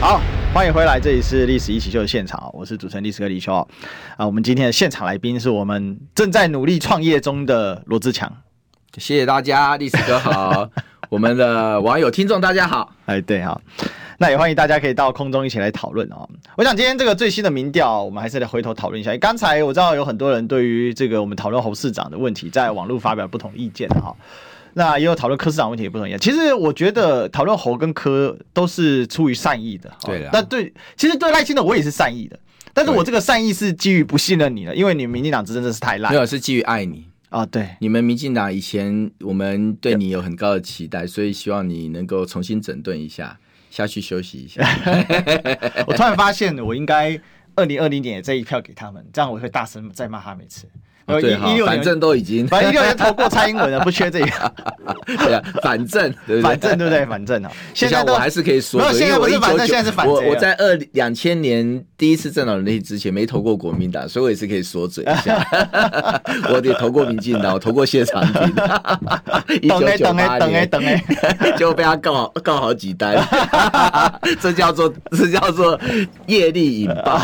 [SPEAKER 2] 好，欢迎回来，这里是历史一起秀的现场，我是主持人历史哥李修哦啊。我们今天的现场来宾是我们正在努力创业中的罗志强。
[SPEAKER 3] 谢谢大家，历史哥好， 我们的网友听众大家好，
[SPEAKER 2] 哎，对哈、那也欢迎大家可以到空中一起来讨论哦。我想今天这个最新的民调，我们还是来回头讨论一下。刚才我知道有很多人对于这个我们讨论侯市长的问题，在网络发表不同意见哈、那也有讨论柯市长问题也不同意见。其实我觉得讨论侯跟柯都是出于善意的、哦
[SPEAKER 3] 对啦
[SPEAKER 2] 那对，其实对赖清德我也是善意的，但是我这个善意是基于不信任你了，因为你民进党执政真是太烂
[SPEAKER 3] 没有是基于爱你。
[SPEAKER 2] 啊。对，
[SPEAKER 3] 你们民进党以前我们对你有很高的期待，所以希望你能够重新整顿一下，下去休息一下。
[SPEAKER 2] 我突然发现我应该二零二零年也这一票给他们，这样我会大声再骂他们一次。 呃
[SPEAKER 3] 最哦好
[SPEAKER 2] 一六，
[SPEAKER 3] 反
[SPEAKER 2] 年，
[SPEAKER 3] 正都已 经，
[SPEAKER 2] 反正一六年投过蔡英文了，不缺这个。
[SPEAKER 3] 对啊，反正 对不对？
[SPEAKER 2] 反正对不对？反正啊，现在
[SPEAKER 3] 像
[SPEAKER 2] 都
[SPEAKER 3] 我还是可以说
[SPEAKER 2] 没
[SPEAKER 3] 的，
[SPEAKER 2] 有，现在
[SPEAKER 3] 因为
[SPEAKER 2] 不
[SPEAKER 3] 我
[SPEAKER 2] 是反正，
[SPEAKER 3] 1999
[SPEAKER 2] 现在是反
[SPEAKER 3] 我
[SPEAKER 2] 贼啊
[SPEAKER 3] 我
[SPEAKER 2] 了
[SPEAKER 3] 在二两千年第一次政党轮替之前没投过国民党，所以我也是可以说嘴一下。 我也投过民进党，我投过谢长 廷，一
[SPEAKER 2] 等哎
[SPEAKER 3] 九九
[SPEAKER 2] 等哎
[SPEAKER 3] 八
[SPEAKER 2] 等哎
[SPEAKER 3] 年，
[SPEAKER 2] 等哎，
[SPEAKER 3] 就被他告告好几单， 这叫做这叫做业力引爆。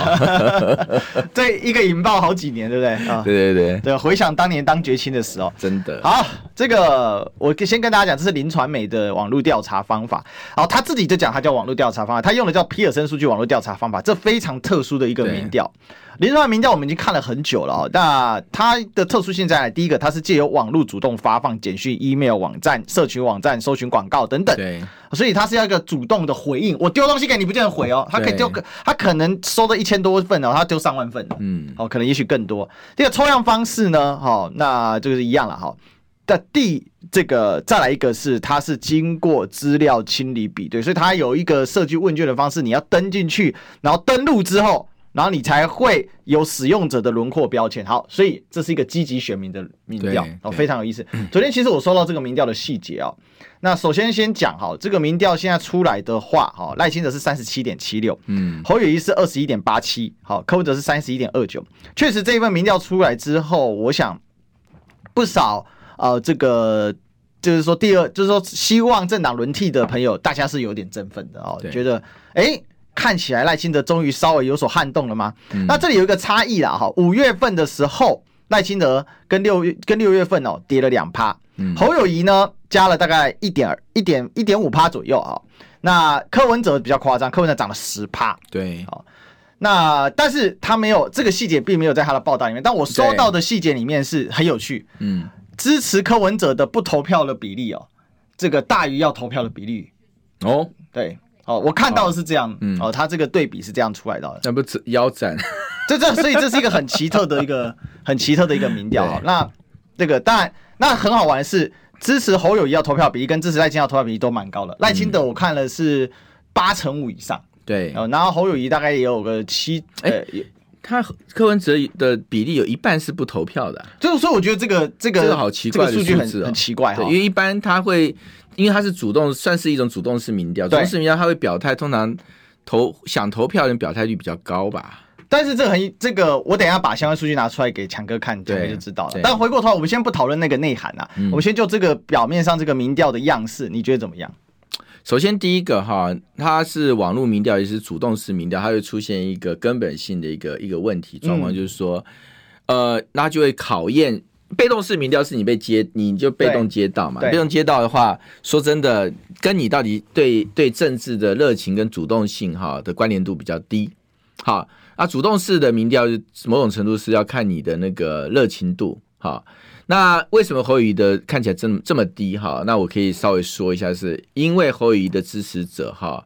[SPEAKER 2] 这一个引爆好几年，对不对？啊，
[SPEAKER 3] 对对对，
[SPEAKER 2] 对，回想当年当绝亲的时候，
[SPEAKER 3] 真的。
[SPEAKER 2] 好，这个我先跟大家讲，这是林传媒的网络调查方法。好，他自己就讲他叫网络调查方法，他用的叫皮尔森数据网络调查方法，这非常特殊的一个民调。林传媒民调我们已经看了很久了哦，那它的特殊性在哪？第一个，它是借由网络主动发放简讯、email 网站、社群网站、搜寻广告等等。
[SPEAKER 3] 对，
[SPEAKER 2] 所以他是要一个主动的回应。我丢东西给你，不见得回哦，他可以丢个，他可能收了一千多份哦，他丢上万份哦，
[SPEAKER 3] 嗯，
[SPEAKER 2] 哦，可能也许更多。这个抽样方式呢，哦，那就是一样了哈、哦。那第这个再来一个是，它是经过资料清理比对，所以它有一个社区问卷的方式，你要登进去，然后登录之后，然后你才会有使用者的轮廓标签。好，所以这是一个积极选民的民调
[SPEAKER 3] 嗯对
[SPEAKER 2] 哦，
[SPEAKER 3] 对
[SPEAKER 2] 非常有意思。昨天其实我收到这个民调的细节哦，那首先先讲哈，这个民调现在出来的话，哈，赖清德是三十七点七六，
[SPEAKER 3] 嗯，
[SPEAKER 2] 侯友谊是二十一点八七，好，柯文哲是三十一点二九。确实，这一份民调出来之后，我想不少呃，这个就是说第二，就是说希望政党轮替的朋友，大家是有点振奋的哦，
[SPEAKER 3] 对
[SPEAKER 2] 觉得哎。诶看起来赖清德终于稍微有所撼动了吗？
[SPEAKER 3] 嗯
[SPEAKER 2] 那这里有一个差异啦，哈，五月份的时候，赖清德跟六月跟六月份哦跌了两趴，
[SPEAKER 3] 嗯
[SPEAKER 2] 侯友谊呢加了大概一点一点一点五趴左右啊、那柯文哲比较夸张，柯文哲涨了十趴，
[SPEAKER 3] 对，
[SPEAKER 2] 那但是他没有这个细节，并没有在他的报道里面。但我收到的细节里面是很有趣，
[SPEAKER 3] 嗯，
[SPEAKER 2] 支持柯文哲的不投票的比例哦，这个大于要投票的比例。
[SPEAKER 3] 哦，
[SPEAKER 2] 对，哦，我看到的是这样，
[SPEAKER 3] 嗯
[SPEAKER 2] 哦，他这个对比是这样出来到的。哦
[SPEAKER 3] 那不只腰斩，
[SPEAKER 2] 这这，所以这是一个很奇特的一个很奇特的一个民调哦
[SPEAKER 3] 对。
[SPEAKER 2] 那这个当然，那很好玩的是，支持侯友谊要投票比例跟支持赖清德投票比例都蛮高的。赖清德我看了是八成五以上，
[SPEAKER 3] 嗯对，
[SPEAKER 2] 哦，然后侯友谊大概也有个七，
[SPEAKER 3] 哎
[SPEAKER 2] 呃，也
[SPEAKER 3] 他和柯文哲的比例有一半是不投票的啊、
[SPEAKER 2] 就是说，我觉得这个这个
[SPEAKER 3] 这个好奇怪的
[SPEAKER 2] 这个数据
[SPEAKER 3] 数字
[SPEAKER 2] 很
[SPEAKER 3] 哦
[SPEAKER 2] 很奇怪哈
[SPEAKER 3] 对，因。为一般他会，因为他是主动，算是一种主动式民调，主
[SPEAKER 2] 对
[SPEAKER 3] 动式民调他会表态，通常投想投票的人表态率比较高吧？
[SPEAKER 2] 但是这个很这个，我等一下把相关数据拿出来给强哥看，强哥
[SPEAKER 3] 对啊
[SPEAKER 2] 就知道了
[SPEAKER 3] 对。嗯
[SPEAKER 2] 但回过头来，我们先不讨论那个内涵啊，我们先就这个表面上这个民调的样式，你觉得怎么样？
[SPEAKER 3] 首先第一个哈，它是网络民调，也是主动式民调，它会出现一个根本性的一个一个问题状况，
[SPEAKER 2] 嗯
[SPEAKER 3] 就是说，呃，那就会考验被动式民调，是你被接，你就被动接到嘛。
[SPEAKER 2] 对
[SPEAKER 3] 被动接到的话，说真的，跟你到底对对政治的热情跟主动性哈的关联度比较低。好，那主动式的民调某种程度是要看你的那个热情度。好，那为什么侯友谊的看起来这么这么低？哈，那我可以稍微说一下是，因为侯友谊的支持者哈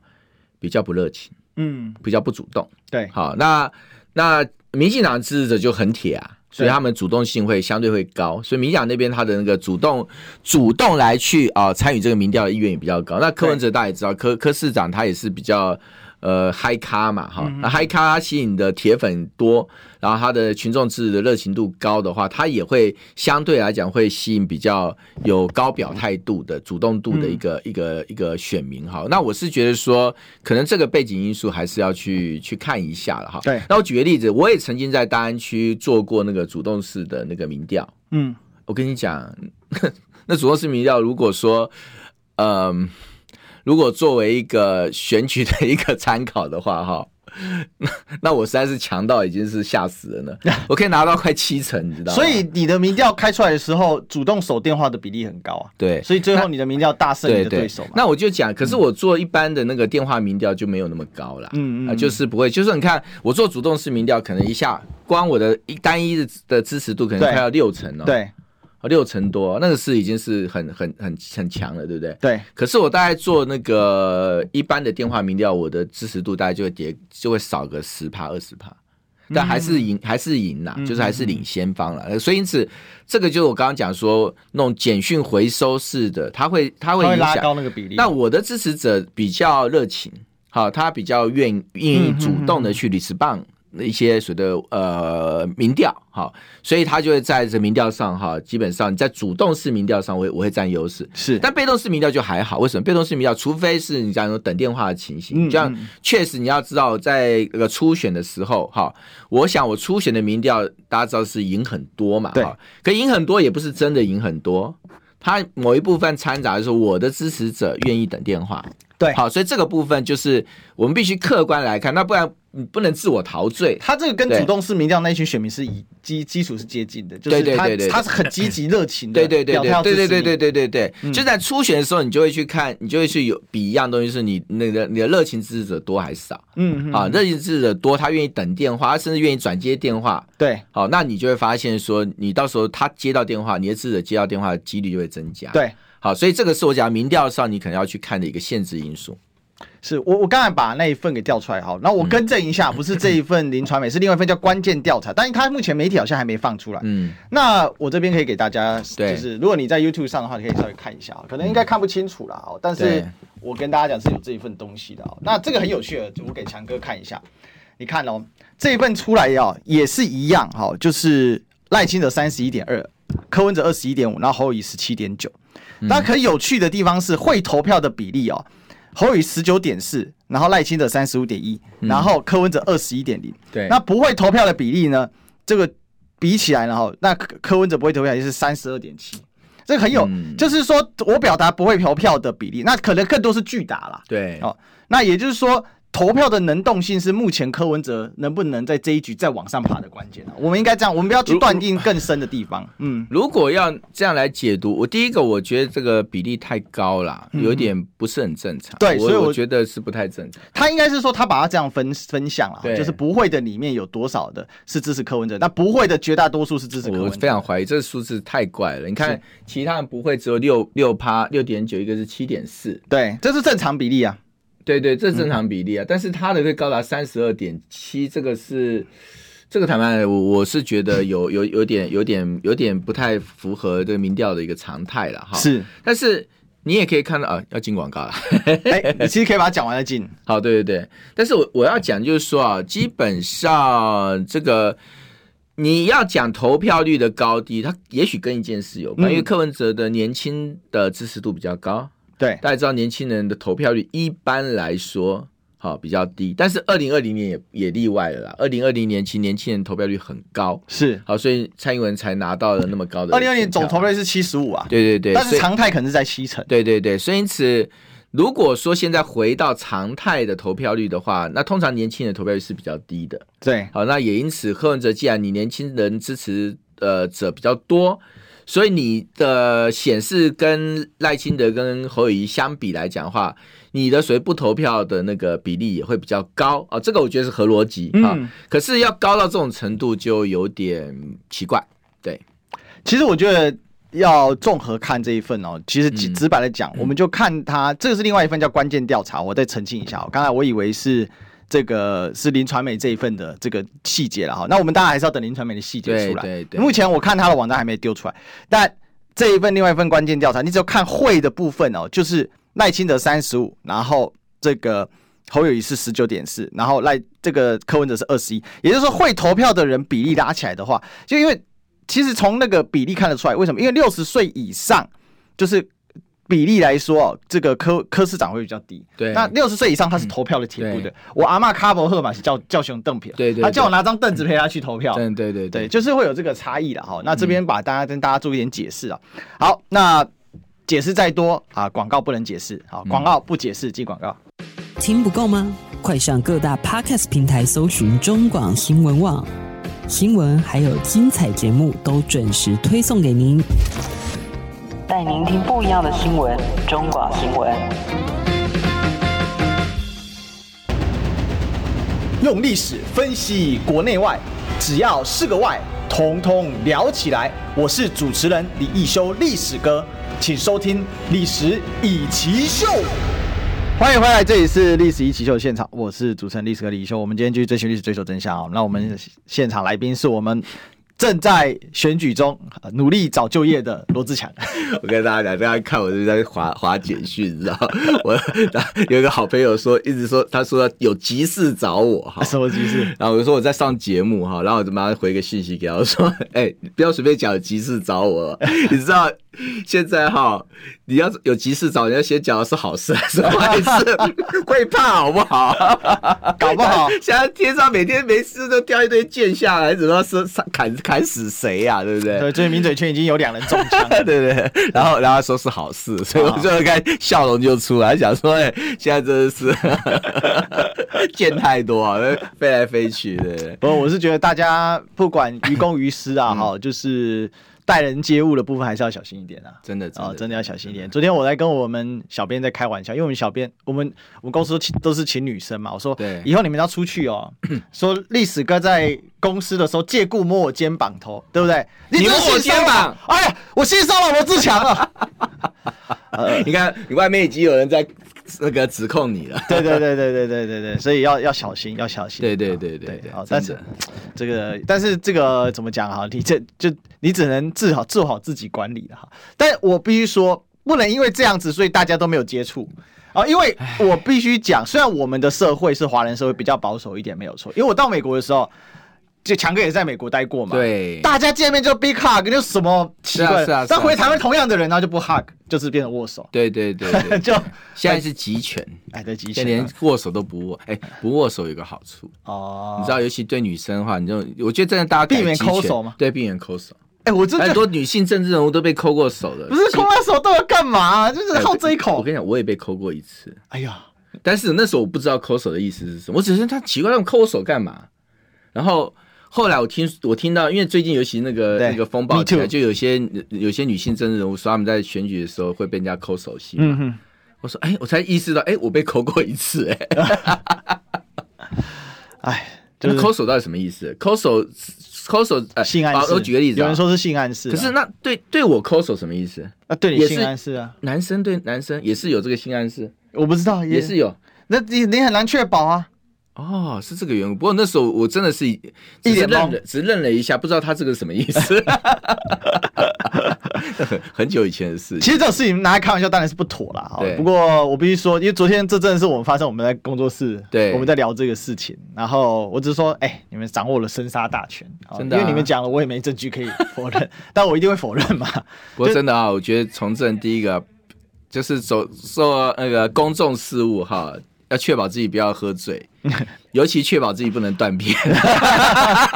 [SPEAKER 3] 比较不热情，
[SPEAKER 2] 嗯，
[SPEAKER 3] 比较不主动。
[SPEAKER 2] 对，
[SPEAKER 3] 好，那那民进党支持者就很铁啊，所以他们主动性会相对会高，所以民进党那边他的那个主动主动来去啊、参与这个民调的意愿也比较高。那柯文哲大家也知道，柯柯市长他也是比较。呃，嗨咖嘛，哈，那嗨咖吸引的铁粉多，然后他的群众支持的热情度高的话，他也会相对来讲会吸引比较有高表态度的、主动度的一个、一个一个选民哈。那我是觉得说，可能这个背景因素还是要去去看一下了哈。
[SPEAKER 2] 对
[SPEAKER 3] 那我举个例子，我也曾经在大安区做过那个主动式的那个民调，
[SPEAKER 2] 嗯，
[SPEAKER 3] 我跟你讲， 那主动式民调，如果说，嗯、如果作为一个选举的一个参考的话，哈，那那我实在是强到已经是吓死人 了，我可以拿到快七成，你知道吗？
[SPEAKER 2] 所以你的民调开出来的时候，主动手电话的比例很高啊，
[SPEAKER 3] 对，
[SPEAKER 2] 所以最后你的民调大胜你的对手嘛。
[SPEAKER 3] 那我就讲，可是我做一般的那个电话民调就没有那么高啦，
[SPEAKER 2] 嗯嗯
[SPEAKER 3] 啊、就是不会，就是你看我做主动式民调，可能一下光我的一单一的的支持度可能
[SPEAKER 2] 对
[SPEAKER 3] 快要六成哦，
[SPEAKER 2] 对
[SPEAKER 3] 哦，六成多，那个是已经是很很很很强了，对不对？
[SPEAKER 2] 对，
[SPEAKER 3] 可是我大概做那个一般的电话民调，我的支持度大概就会跌，就会少个十趴二十趴，但还
[SPEAKER 2] 嗯
[SPEAKER 3] 是赢，还是赢啦，就是还是领先方啦。所以因此，这个就是我刚刚讲说，那种简讯回收式的，它会它
[SPEAKER 2] 他
[SPEAKER 3] 会
[SPEAKER 2] 会
[SPEAKER 3] 影
[SPEAKER 2] 拉
[SPEAKER 3] 响。
[SPEAKER 2] 高那个比例。
[SPEAKER 3] 那我的支持者比较热情，好，他比较愿愿意主动的去 respond 一些所谓的呃民调，哈，所以他就会在这民调上哈，基本上你在主动式民调上我会我会占优势，
[SPEAKER 2] 是
[SPEAKER 3] 但被动式民调就还好，为什么？被动式民调，除非是你讲有等电话的情
[SPEAKER 2] 嗯
[SPEAKER 3] 形，这样确实你要知道，在那个初选的时候，哈，我想我初选的民调大家知道是赢很多嘛，
[SPEAKER 2] 对
[SPEAKER 3] 哈，可赢很多也不是真的赢很多，它某一部分掺杂就是我的支持者愿意等电话，
[SPEAKER 2] 对
[SPEAKER 3] 好，所以这个部分就是我们必须客观来看，那不然你不能自我陶醉，
[SPEAKER 2] 他这个跟
[SPEAKER 3] 对
[SPEAKER 2] 主动式民调那一群选民是以基基础是接近的，就
[SPEAKER 3] 对
[SPEAKER 2] 是
[SPEAKER 3] 对
[SPEAKER 2] 他
[SPEAKER 3] 对对
[SPEAKER 2] 他是很积极热情的，
[SPEAKER 3] 对对对
[SPEAKER 2] 表态
[SPEAKER 3] 对
[SPEAKER 2] 要支
[SPEAKER 3] 对
[SPEAKER 2] 持你嗯
[SPEAKER 3] 对对对对对对，就在初选的时候，你就会去看，你就会去有比一样东西，是你那个你的热情支持者多还是少？
[SPEAKER 2] 嗯
[SPEAKER 3] 啊，热情支持者多，他愿意等电话，他甚至愿意转接电话。
[SPEAKER 2] 对
[SPEAKER 3] 好，那你就会发现说，你到时候他接到电话，你的支持者接到电话的几率就会增加。，
[SPEAKER 2] 对。
[SPEAKER 3] 好，所以这个是我讲民调上你可能要去看的一个限制因素。
[SPEAKER 2] 是我我刚才把那一份给调出来，好，那我更正一下，不是这一份林传媒，是另外一份叫关键调查，但是它目前媒体好像还没放出来。
[SPEAKER 3] 嗯，
[SPEAKER 2] 那我这边可以给大家，
[SPEAKER 3] 对
[SPEAKER 2] 就是如果你在 YouTube 上的话，你可以稍微看一下，可能应该看不清楚啦，哦，但是
[SPEAKER 3] 对
[SPEAKER 2] 我跟大家讲是有这一份东西的哦。那这个很有趣的，我给强哥看一下，你看哦，这一份出来哦，也是一样哈、哦，就是赖清德三十一点二，柯文哲二十一点五，然后侯友谊十七点九。
[SPEAKER 3] 嗯
[SPEAKER 2] 那可有趣的地方是会投票的比例哦，侯友谊十九点四，然后赖清德三十五点一，
[SPEAKER 3] 嗯
[SPEAKER 2] 然后柯文哲二十一点零。
[SPEAKER 3] 对
[SPEAKER 2] 那不会投票的比例呢？这个比起来呢，哈，那柯柯文哲不会投票也是三十二点七，这个很有，
[SPEAKER 3] 嗯
[SPEAKER 2] 就是说我表达不会投票的比例，那可能更多是拒打啦。
[SPEAKER 3] 对，
[SPEAKER 2] 哦，那也就是说。投票的能动性是目前柯文哲能不能在这一局再往上爬的关键啊！我们应该这样，我们不要去断定更深的地方。嗯，
[SPEAKER 3] 如果要这样来解读，我第一个我觉得这个比例太高了，有点不是很正常。
[SPEAKER 2] 嗯对所以
[SPEAKER 3] 我
[SPEAKER 2] 我
[SPEAKER 3] 我觉得是不太正常。
[SPEAKER 2] 他应该是说他把它这样分分项了，
[SPEAKER 3] 对
[SPEAKER 2] 就是不会的里面有多少的是支持柯文哲，那不会的绝大多数是支持柯
[SPEAKER 3] 我
[SPEAKER 2] 文
[SPEAKER 3] 非
[SPEAKER 2] 哲。
[SPEAKER 3] 常怀疑这个数字太怪了。你看
[SPEAKER 2] 是，
[SPEAKER 3] 其他人不会只有六六趴六点九，一个是七点四，
[SPEAKER 2] 对，这是正常比例啊。
[SPEAKER 3] 对对，这正常比例啊。但是他的会高达三十二点七，这个是这个坦白来，我我是觉得有有有点有点有点不太符合这个民调的一个常态了哈。，
[SPEAKER 2] 是，
[SPEAKER 3] 但是你也可以看到啊，要进广告了。
[SPEAKER 2] 哎、你其实可以把它讲完了进。
[SPEAKER 3] 好，对对对，但是我我要讲就是说啊，基本上这个你要讲投票率的高低，它也许跟一件事有关，
[SPEAKER 2] 嗯
[SPEAKER 3] 因为柯文哲的年轻的支持度比较高，
[SPEAKER 2] 对，
[SPEAKER 3] 大家知道年轻人的投票率一般来说。好、比较低，但是二零二零年也也例外了啦。二零二零年其实年轻人投票率很高，
[SPEAKER 2] 是。
[SPEAKER 3] 好，所以蔡英文才拿到了那么高的
[SPEAKER 2] 二零二年
[SPEAKER 3] 选票
[SPEAKER 2] 总投票率是七十五啊，
[SPEAKER 3] 对对对，
[SPEAKER 2] 但
[SPEAKER 3] 所
[SPEAKER 2] 是
[SPEAKER 3] 以
[SPEAKER 2] 常态可能是在七成。
[SPEAKER 3] 对对对，所以因此，如果说现在回到常态的投票率的话，那通常年轻人的投票率是比较低的。
[SPEAKER 2] 对，
[SPEAKER 3] 好，那也因此，柯文哲既然你年轻人支持呃者比较多，所以你的显示跟赖清德跟侯友谊相比来讲的话，你的所谓不投票的那个比例也会比较高啊、这个我觉得是合逻辑啊。
[SPEAKER 2] 嗯
[SPEAKER 3] 可是要高到这种程度就有点奇怪。对，
[SPEAKER 2] 其实我觉得要综合看这一份哦。其实直
[SPEAKER 3] 嗯
[SPEAKER 2] 直白的讲，我们就看它，这个是另外一份叫关键调查，我再澄清一下、哦。刚才我以为是这个是林传媒这一份的这个细节了哈。那我们大家还是要等林传媒的细节
[SPEAKER 3] 对
[SPEAKER 2] 出来。
[SPEAKER 3] 对对
[SPEAKER 2] 目前我看他的网站还没丢出来，但这一份另外一份关键调查，你只有看会的部分哦，就是赖清德三十五，然后这个。侯友谊是十九点四，然后赖这个柯文哲是二十一，也就是说会投票的人比例拉起来的话，就因为其实从那个比例看得出来，为什么？因为六十岁以上就是比例来说哦，这个科科市长会比较低。
[SPEAKER 3] 对嗯
[SPEAKER 2] 那六十岁以上他是投票的铁部的。我阿嬷卡伯赫嘛是叫叫熊邓票，
[SPEAKER 3] 对对对
[SPEAKER 2] 他叫我拿张凳子陪他去投票。
[SPEAKER 3] 对嗯对对
[SPEAKER 2] 对，就是会有这个差异了哈。那这边把大家跟大家做一点解释啊。好，那解释再多啊，广告不能解释，
[SPEAKER 3] 嗯
[SPEAKER 2] 好，广告不解释即广告。
[SPEAKER 5] 听不够吗？快上各大 podcast 平台搜寻中广新闻网，新闻还有精彩节目都准时推送给您。
[SPEAKER 6] 带您听不一样的新闻，中广新闻。
[SPEAKER 1] 用历史分析国内外，只要是个“外”，统统聊起来。我是主持人李一修，历史哥，请收听《历史以奇秀》。
[SPEAKER 2] 欢迎回来，这里是《历史一起秀》现场，我是主持人历史哥李修。我们今天继续追寻历史，追求真相啊。那我们现场来宾是我们正在选举中呃努力找就业的 罗志强。
[SPEAKER 3] 我跟大家讲，大家看我是在划划简讯，你知道吗？我有一个好朋友说，一直说他说有急事找我
[SPEAKER 1] 啊
[SPEAKER 3] 哈，
[SPEAKER 2] 什么急事？
[SPEAKER 3] 然后我就说我在上节目哈，然后我就马上回个信息给他，我说：“哎、不要随便讲有急事找我，你知道现在哈，你要有急事找，你要先讲的是好事还是坏事？会怕好不好？
[SPEAKER 2] 搞不好
[SPEAKER 3] 现在天上每天没事都掉一堆箭下来，怎么是砍砍死谁呀、对不对？
[SPEAKER 2] 对，最近名嘴圈已经有两人中枪。
[SPEAKER 3] 对对对，然后然后他说是好
[SPEAKER 2] 哦
[SPEAKER 3] 事，所以我就看笑容就出来，想说哎、现在真的是 见太多啊，飞来飞去的。
[SPEAKER 2] 不，我是觉得大家不管于公于私
[SPEAKER 3] 嗯
[SPEAKER 2] 啊，哈、就是待人接物的部分还是要小心一点啊。
[SPEAKER 3] 真的
[SPEAKER 2] 哦，真的要小心一点。昨天我在跟我们小编在开玩笑，因为我们小编，我们我们公司都请都是请女生嘛。我说
[SPEAKER 3] 对，
[SPEAKER 2] 以后你们要出去 哦，说历史哥在公司的时候借故摸我肩膀头，对不对？
[SPEAKER 3] 你
[SPEAKER 2] 这
[SPEAKER 3] 摸
[SPEAKER 2] 是
[SPEAKER 3] 我
[SPEAKER 2] 性骚扰
[SPEAKER 3] 肩膀，
[SPEAKER 2] 哎呀，我性骚扰罗志强啊了。
[SPEAKER 3] 你看，你外面已经有人在那个指控你 了。
[SPEAKER 2] 对对对对对对对对，所以要要小心，要小心。
[SPEAKER 3] 对对
[SPEAKER 2] 啊
[SPEAKER 3] 对对对
[SPEAKER 2] 好，
[SPEAKER 3] 真
[SPEAKER 2] 但
[SPEAKER 3] 的
[SPEAKER 2] 是这个，但是这个怎么讲哈？你这就你只能治好做好自己管理了哈。但我必须说，不能因为这样子，所以大家都没有接触。啊，因为 我必须讲，虽然我们的社会是华人社会比较保守一点，没有错。因为我到美国的时候，就强哥也在美国待过嘛，
[SPEAKER 3] 对
[SPEAKER 2] 大家见面就 big hug，就什么奇怪的，
[SPEAKER 3] 是啊是啊是啊
[SPEAKER 2] 但回台湾同样的人，然后就不 hug，就是变成握手，
[SPEAKER 3] 对对对对
[SPEAKER 2] 就
[SPEAKER 3] 现在是集权，
[SPEAKER 2] 哎，对，极
[SPEAKER 3] 现在
[SPEAKER 2] 限
[SPEAKER 3] 连
[SPEAKER 2] 了
[SPEAKER 3] 握手都不握。哎，不握手有个好处，
[SPEAKER 2] 哦，
[SPEAKER 3] 你知道，尤其对女生的话，你就我觉得真的大家改
[SPEAKER 2] 避免
[SPEAKER 3] 集权
[SPEAKER 2] 抠手吗
[SPEAKER 3] 对，避免抠手。
[SPEAKER 2] 哎、我真的
[SPEAKER 3] 很多女性政治人物都被抠过手的，
[SPEAKER 2] 不是空拉手到底干嘛、啊就是好这一
[SPEAKER 3] 哎我
[SPEAKER 2] 口。
[SPEAKER 3] 跟你讲，我也被抠过一次，
[SPEAKER 2] 哎呀，
[SPEAKER 3] 但是那时候我不知道抠手的意思是什么，我只是他奇怪，他们抠我手干嘛？然后后来我听我听到，因为最近尤其那个
[SPEAKER 2] 对
[SPEAKER 3] 那个风暴
[SPEAKER 2] Me
[SPEAKER 3] 起来，
[SPEAKER 2] too
[SPEAKER 3] 就有些有些女性政治人物说他们在选举的时候会被人家抠手心。
[SPEAKER 2] 嗯哼，
[SPEAKER 3] 我说，哎，我才意识到，哎，我被抠过一次、哎，
[SPEAKER 2] 哎， 就
[SPEAKER 3] 就是抠手到底什么意思？抠手，抠手，呃
[SPEAKER 2] 性暗
[SPEAKER 3] 好
[SPEAKER 2] 示。
[SPEAKER 3] 我举个例子、啊，
[SPEAKER 2] 有人，说是性暗示啊、
[SPEAKER 3] 可是那对对我抠手什么意思？
[SPEAKER 2] 啊，对你
[SPEAKER 3] 也是
[SPEAKER 2] 性暗示啊，
[SPEAKER 3] 男生对男生也是有这个性暗示，
[SPEAKER 2] 我不知道，
[SPEAKER 3] 也是有。
[SPEAKER 2] 那你你很难确保啊。
[SPEAKER 3] 哦，是这个缘故。不过那时候我真的是一
[SPEAKER 2] 一脸
[SPEAKER 3] 愣
[SPEAKER 2] 懵
[SPEAKER 3] 了，只愣了一下，不知道他这个什么意思。 很很久以前的事
[SPEAKER 2] 其
[SPEAKER 3] 情，
[SPEAKER 2] 实这种事情拿来开玩笑当然是不妥啦。哦
[SPEAKER 3] 对
[SPEAKER 2] 不过我必须说，因为昨天这真的是我们发生我们在工作室，
[SPEAKER 3] 对
[SPEAKER 2] 我们在聊这个事情，然后我只是说，哎、你们掌握了生杀大权，哦
[SPEAKER 3] 真的啊
[SPEAKER 2] 因为你们讲了，我也没证据可以 否认，但我一定会否认嘛。
[SPEAKER 3] 不过真的啊，我觉得从政第一个就是走做那个公众事务哈，要确保自己不要 喝醉，尤其确保自己不能断片。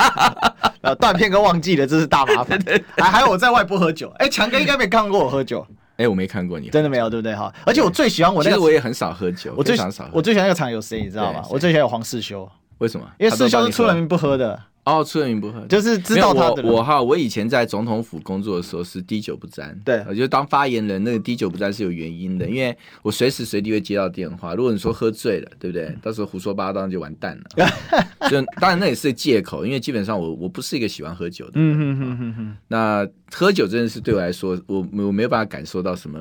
[SPEAKER 2] 呃，断片跟忘记了，这是大麻 烦。还还有我在外不喝酒，哎、强哥应该没看过我喝酒。
[SPEAKER 3] 哎、我没看过你，
[SPEAKER 2] 真的没有，对不对哈？而且我最喜欢我
[SPEAKER 3] 其
[SPEAKER 2] 那
[SPEAKER 3] 实
[SPEAKER 2] 个，
[SPEAKER 3] 我也很少喝酒，
[SPEAKER 2] 我最
[SPEAKER 3] 非常少喝酒
[SPEAKER 2] 我最喜欢那个场有谁，你知道吗
[SPEAKER 3] 对？谁
[SPEAKER 2] 我最喜欢有黄世修，
[SPEAKER 3] 为什么？
[SPEAKER 2] 因为世修是出
[SPEAKER 3] 出
[SPEAKER 2] 了
[SPEAKER 3] 了
[SPEAKER 2] 名不喝的，
[SPEAKER 3] 哦，出了名不喝，
[SPEAKER 2] 就是知道他的
[SPEAKER 3] 没有我我
[SPEAKER 2] 人。
[SPEAKER 3] 哈，我以前在总统府工作的时候是滴酒不沾，
[SPEAKER 2] 对
[SPEAKER 3] 我觉得当发言人那个滴酒不沾是有原因的，因为我随时随地会接到电话。如果你说喝醉了，对不对？到时候胡说八道那就完蛋 了。就当然那也是借口，因为基本上我我不是一个喜欢喝酒的。
[SPEAKER 2] 嗯哼哼哼哼，
[SPEAKER 3] 那喝酒真的是对我来说，我我没有办法感受到什么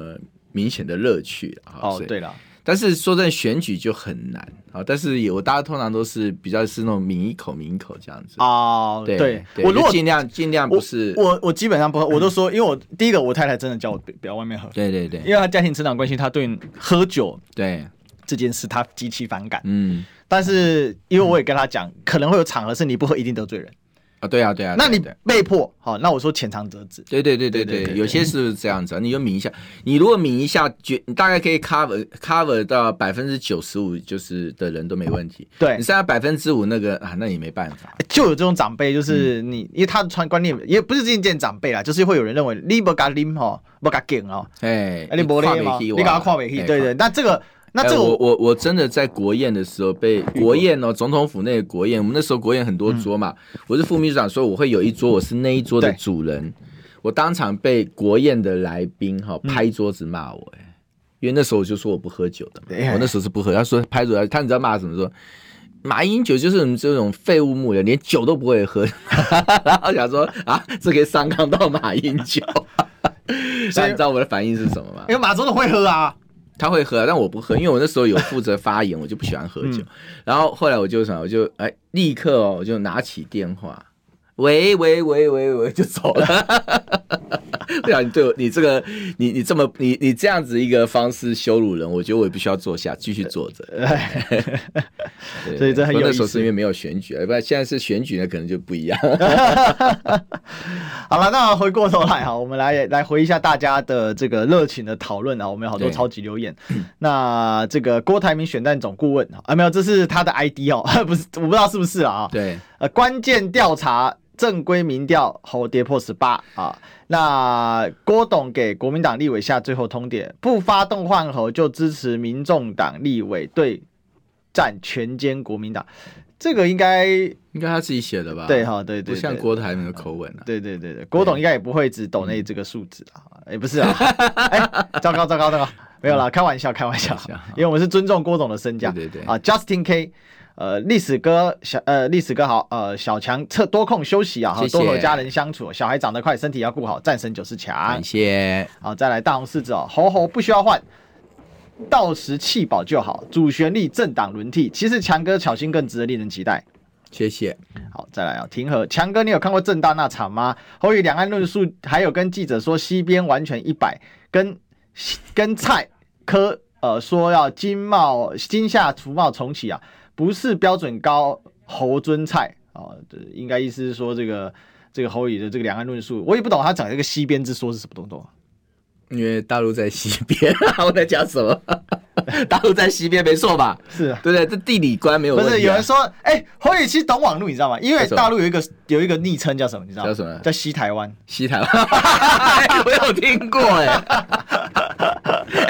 [SPEAKER 3] 明显的乐趣啊。
[SPEAKER 2] 哦
[SPEAKER 3] 所，以
[SPEAKER 2] 对了，
[SPEAKER 3] 但是说真的，选举就很难啊。但是有大家通常都是比较是那种抿一口抿一口这样子。
[SPEAKER 2] 哦，
[SPEAKER 3] 对
[SPEAKER 2] 对，，我如
[SPEAKER 3] 就
[SPEAKER 2] 果
[SPEAKER 3] 尽量尽量不
[SPEAKER 2] 我
[SPEAKER 3] 是
[SPEAKER 2] 我我基本上不喝，我都说，因为我第一个我太太真的叫我不不要外面喝，
[SPEAKER 3] 对对
[SPEAKER 2] 因
[SPEAKER 3] 对
[SPEAKER 2] 为她家庭成长关系，她对喝酒
[SPEAKER 3] 对，
[SPEAKER 2] 这件事她极其反感。
[SPEAKER 3] 嗯
[SPEAKER 2] 但是因为我也跟她讲，可能会有场合是你不喝一定得罪人，
[SPEAKER 3] 啊，对啊对啊，
[SPEAKER 2] 那你
[SPEAKER 3] 对
[SPEAKER 2] 被迫，好，那我说浅尝辄止。
[SPEAKER 3] 对对对对
[SPEAKER 2] 对对
[SPEAKER 3] 对，
[SPEAKER 2] 对嗯
[SPEAKER 3] 有些是这样子啊，你就抿一下，你如果抿一下，绝你大概可以 cover cover 到百分之九十五，就是的人都没问题。
[SPEAKER 2] 对
[SPEAKER 3] 你剩下百分之五那个啊，那也没办法。
[SPEAKER 2] 就有这种长辈，就是你，因为他的传观念也不是这件长辈啦，就是会有人认为你不嘎啉吼，不嘎劲哦，
[SPEAKER 3] 哎
[SPEAKER 2] 啊，你不
[SPEAKER 3] 跨
[SPEAKER 2] 勒嘛，
[SPEAKER 3] 美
[SPEAKER 2] 你
[SPEAKER 3] 戏
[SPEAKER 2] 给他
[SPEAKER 3] 哇
[SPEAKER 2] 跨美戏，
[SPEAKER 3] 哎
[SPEAKER 2] 对对。那这个，那
[SPEAKER 3] 哎
[SPEAKER 2] 这个
[SPEAKER 3] 我
[SPEAKER 2] 我
[SPEAKER 3] 我我真的在国宴的时候被国宴哦，总统府内的国宴，我们那时候国宴很多桌嘛，我是副秘书长，所以我会有一桌，我是那一桌的
[SPEAKER 2] 嗯对
[SPEAKER 3] 主人，我当场被国宴的来宾哈、
[SPEAKER 2] 嗯
[SPEAKER 3] 拍桌子骂我、哎、因为那时候我就说我不喝酒的
[SPEAKER 2] 哎
[SPEAKER 3] 嘛，我那时候是不喝，他说拍桌子，他你知道骂什么说？马英九就是我们这种废物幕僚，连酒都不会喝， 然后想说啊，这可以上纲到马英九， 所以你知道我的反应是什么吗？
[SPEAKER 2] 因为马总统会喝啊，
[SPEAKER 3] 他会喝，但我不喝，因为我那时候有负责发言，我就不
[SPEAKER 2] 嗯
[SPEAKER 3] 喜欢喝酒。然后后来我就什么，我就哎立刻哦，我就拿起电话，喂喂喂喂喂就走了。 对啊，你对我你这个你你这么你你这样子一个方式羞辱人，我觉得我也必须要坐下，继续坐 着。对
[SPEAKER 2] 所以这很有
[SPEAKER 3] 不过那时
[SPEAKER 2] 意
[SPEAKER 3] 候
[SPEAKER 2] 思
[SPEAKER 3] 是因为没有选举，要啊不然现在是选举呢，可能就不一样。
[SPEAKER 2] 好了，那回过头来哈，我们来来回一下大家的这个热情的讨论啊，我们有好多
[SPEAKER 3] 对
[SPEAKER 2] 超级留言。那这个郭台铭选战总顾问啊，没有，这是他的 ID 哦， 不是，我不知道是不是啊。
[SPEAKER 3] 对，
[SPEAKER 2] 呃，关键调查正规民调后跌破十八啊。那郭董给国民党立委下最后通牒，不发动换候就支持民众党立委对战全歼国民党。这个应该
[SPEAKER 3] 应该他自己写的吧？
[SPEAKER 2] 对哈，对对，
[SPEAKER 3] 啊不像
[SPEAKER 2] 对
[SPEAKER 3] 郭台铭的口吻啊。
[SPEAKER 2] 对对对对，郭董应该也不会只抖内这个数字啊，
[SPEAKER 3] 嗯
[SPEAKER 2] 也不是 啊，哎，糟糕糟糕糟糕，没有啦，开玩笑开 玩笑
[SPEAKER 3] 开玩笑，
[SPEAKER 2] 因为我们是尊重郭董的身价，
[SPEAKER 3] 嗯对对对
[SPEAKER 2] 啊，Justin K。呃，历史哥小呃，历史哥好，呃，小强特多空休息啊，哈
[SPEAKER 3] 谢谢
[SPEAKER 2] 多和家人相处，小孩长得快，身体要顾好，战神九是强
[SPEAKER 3] 感。谢，
[SPEAKER 2] 好，再来大红狮子哦，猴猴不需要换，到时弃保就好，主旋律政党轮替，其实强哥巧心更值得令人期待。
[SPEAKER 3] 谢谢。
[SPEAKER 2] 好，再来啊，庭和强哥，你有看过正大那场吗？侯宇两岸论述还有跟记者说西边完全一百，跟跟蔡科呃说要金茂金夏除茂重启啊，不是标准高侯尊蔡啊、这应该意思是说这个这个侯宇的这个两岸论述，我也不懂他讲这个西边之说是什么东东啊。
[SPEAKER 3] 因为大陆在西边，啊我在讲 什么？大陆在西边，没错吧？
[SPEAKER 2] 是啊
[SPEAKER 3] 对不对？这地理观没有
[SPEAKER 2] 不
[SPEAKER 3] 问题啊、
[SPEAKER 2] 是有人说，哎、侯宇其实懂网络，你知道吗？因为
[SPEAKER 3] 为什么
[SPEAKER 2] 大陆有一个有一个昵称叫什么，你知道吗？
[SPEAKER 3] 叫什么
[SPEAKER 2] 叫西台湾。
[SPEAKER 3] 西 台湾，我有听过哎、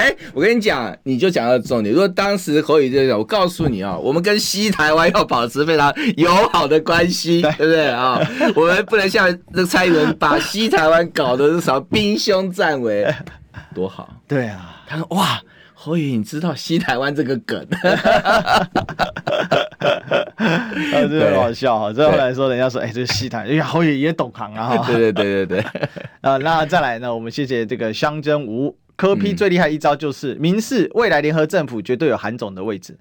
[SPEAKER 3] 哎，我跟你讲，你就讲到重点。如果当时侯宇这种，我告诉你哦，我们跟西台湾要保持非常友好的关系，对不对啊、我们不能像这蔡英文把西台湾搞得是什么兵凶战危，多好。
[SPEAKER 2] 对啊，
[SPEAKER 3] 他说：“哇，侯宇，你知道西台湾这个梗？
[SPEAKER 2] 啊，这个很好笑哈。这后
[SPEAKER 3] 对
[SPEAKER 2] 来说，人家说，哎、这是西台，哎呀，侯宇也懂行啊哈。
[SPEAKER 3] 对对对对对，
[SPEAKER 2] 啊，那再来呢，我们谢谢这个乡真吴科
[SPEAKER 3] 嗯
[SPEAKER 2] 批最厉害一招就是民事未来联合政府绝对有韩总的位置。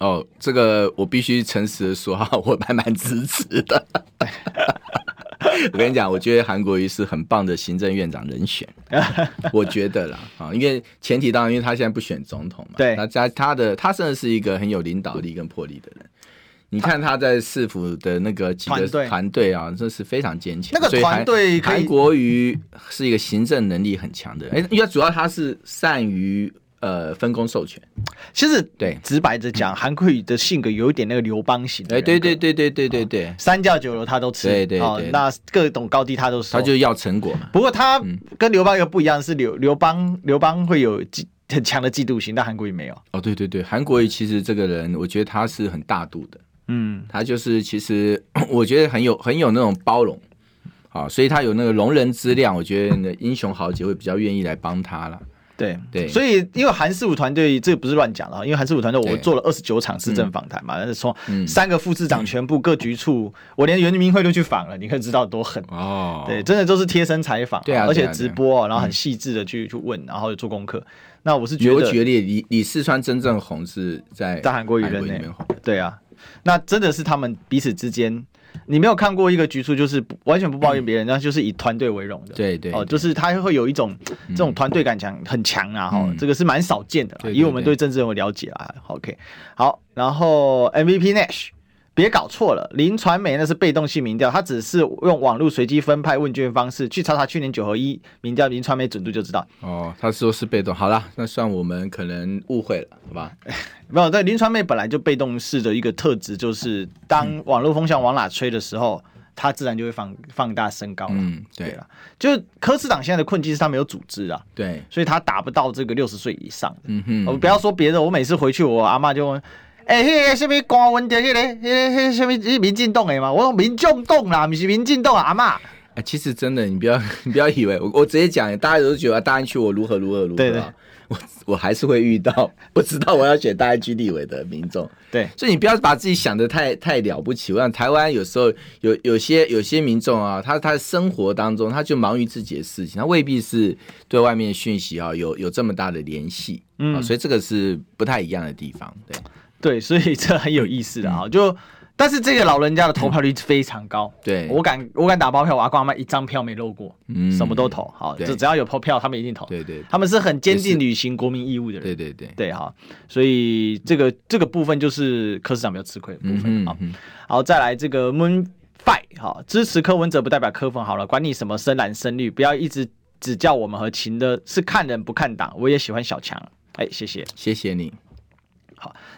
[SPEAKER 3] 哦，这个我必须诚实的说 哈，我还蛮支持的。我跟你讲，我觉得韩国瑜是很棒的行政院长 人选，我觉得啦啊，因为前提当然，因为他现在不选总统嘛，
[SPEAKER 2] 对
[SPEAKER 3] 那他他的他真的是一个很有领导力跟魄力的人。”你看他在市府的那个几
[SPEAKER 2] 团
[SPEAKER 3] 个
[SPEAKER 2] 队
[SPEAKER 3] 团队啊，真是非常坚强。
[SPEAKER 2] 那个
[SPEAKER 3] 所以韩
[SPEAKER 2] 团队可以
[SPEAKER 3] 韩国瑜是一个行政能力很强的人，哎，因为主要他是善于呃分工授权。
[SPEAKER 2] 其实
[SPEAKER 3] 对嗯
[SPEAKER 2] 直白着讲，韩国瑜的性格有一点那个刘邦型的
[SPEAKER 3] 哎，
[SPEAKER 2] 人格，
[SPEAKER 3] 对对对对对对对，
[SPEAKER 2] 三教九流他都吃，
[SPEAKER 3] 对对
[SPEAKER 2] 哦
[SPEAKER 3] 对
[SPEAKER 2] 那各种高低他都收。
[SPEAKER 3] 他就是要嗯成果嘛。
[SPEAKER 2] 不过他跟刘邦又不一样，是刘刘邦刘邦会有嫉很强的嫉妒心，但韩国瑜没有。
[SPEAKER 3] 哦，对对对，韩国瑜其实这个人，我觉得他是很大度的，
[SPEAKER 2] 嗯，
[SPEAKER 3] 他就是其实 我觉得很有很有那种包容，啊，所以他有那个容人之量，我觉得那英雄豪杰会比较愿意来帮他了。
[SPEAKER 2] 对
[SPEAKER 3] 对
[SPEAKER 2] 所以因为韩四五团队这个不是乱讲的啊，因为韩四五团队我
[SPEAKER 3] 对
[SPEAKER 2] 做了二十九场市政访谈嘛，但是从
[SPEAKER 3] 嗯
[SPEAKER 2] 三个副市长全部各局处，我连原民会都去访了，你可以知道多狠。
[SPEAKER 3] 哦
[SPEAKER 2] 对，，真的都是贴身采访，
[SPEAKER 3] 对啊
[SPEAKER 2] 而且
[SPEAKER 3] 对啊
[SPEAKER 2] 直播哦，然后很细致的去去问，然后做功课。那我是觉
[SPEAKER 3] 我
[SPEAKER 2] 得
[SPEAKER 3] 举个例，李李四川真正红是在
[SPEAKER 2] 在韩国瑜任
[SPEAKER 3] 里
[SPEAKER 2] 内
[SPEAKER 3] 面红，
[SPEAKER 2] 对啊，那真的是他们彼此之间，你没有看过一个局处，就是不完全不抱怨别人，那、就是以团队为荣的。
[SPEAKER 3] 对对
[SPEAKER 2] 哦，
[SPEAKER 3] 对
[SPEAKER 2] 就是他会有一种这种团队感强很强啊，哈、
[SPEAKER 3] 嗯
[SPEAKER 2] 这个是蛮少见的啦
[SPEAKER 3] 对对
[SPEAKER 2] 以我们
[SPEAKER 3] 对
[SPEAKER 2] 对政治人物了解啊。OK，好，然后 MVP Nash。别搞错了，林传媒那是被动性民调，他只是用网络随机分派问卷方式去查查去年九合一民调林传媒准度就知道。
[SPEAKER 3] 哦，他说是被动，好啦，那算我们可能误会了，好吧？
[SPEAKER 2] 哎没有，对，林传媒本来就被动式的一个特质，就是
[SPEAKER 3] 嗯
[SPEAKER 2] 当网络风向往哪吹的时候，它自然就会放放大升高了。
[SPEAKER 3] 嗯，对
[SPEAKER 2] 了，就是科市长现在的困境是他没有组织啊，
[SPEAKER 3] 对，
[SPEAKER 2] 所以他达不到这个六十岁以上的。
[SPEAKER 3] 嗯哼，
[SPEAKER 2] 我、不要说别的，我每次回去，我阿嬷就问。哎、欸，那个什么官文的，那个、那个、那个什么是民进党的嘛？我说民众党啦，不是民进党啊，阿 嬷。
[SPEAKER 3] 哎，其实真的，你不要 你不要以为我我直接讲，大家都觉得啊大安区我如何如何如何、啊，
[SPEAKER 2] 对对
[SPEAKER 3] 我我还是会遇到不知道我要选大安区立委的民众，
[SPEAKER 2] 对，
[SPEAKER 3] 所以你不要把自己想的太太了不起。我想台湾有时候有有些有些民众啊，他他的生活当中他就忙于自己的事情，他未必是对外面的讯息啊有有这么大的联系，
[SPEAKER 2] 嗯
[SPEAKER 3] 啊，所以这个是不太一样的地方，对，嗯
[SPEAKER 2] 对，所以这很有意思的啊，就但是这个老人家的投票率非常高，
[SPEAKER 3] 对
[SPEAKER 2] 我敢我敢打包票，我阿公阿妈一张票没漏过，
[SPEAKER 3] 嗯
[SPEAKER 2] 什么都投，好，
[SPEAKER 3] 对
[SPEAKER 2] 只只要有投票，他们一定投，
[SPEAKER 3] 对对
[SPEAKER 2] 他们是很坚
[SPEAKER 3] 也是
[SPEAKER 2] 定履行国民义务的人，
[SPEAKER 3] 对对对，
[SPEAKER 2] 对哈，所以这个这个部分就是柯市长比较吃亏的部
[SPEAKER 3] 嗯
[SPEAKER 2] 分
[SPEAKER 3] 哼
[SPEAKER 2] 啊。好
[SPEAKER 3] 嗯哼
[SPEAKER 2] 好，再来这个 Moon Five 哈，支持柯文哲不代表柯粉好了，管你什么深蓝深绿，不要一直只叫我们和秦的，是看人不看党。我也喜欢小强，哎，谢谢。
[SPEAKER 3] 谢谢你，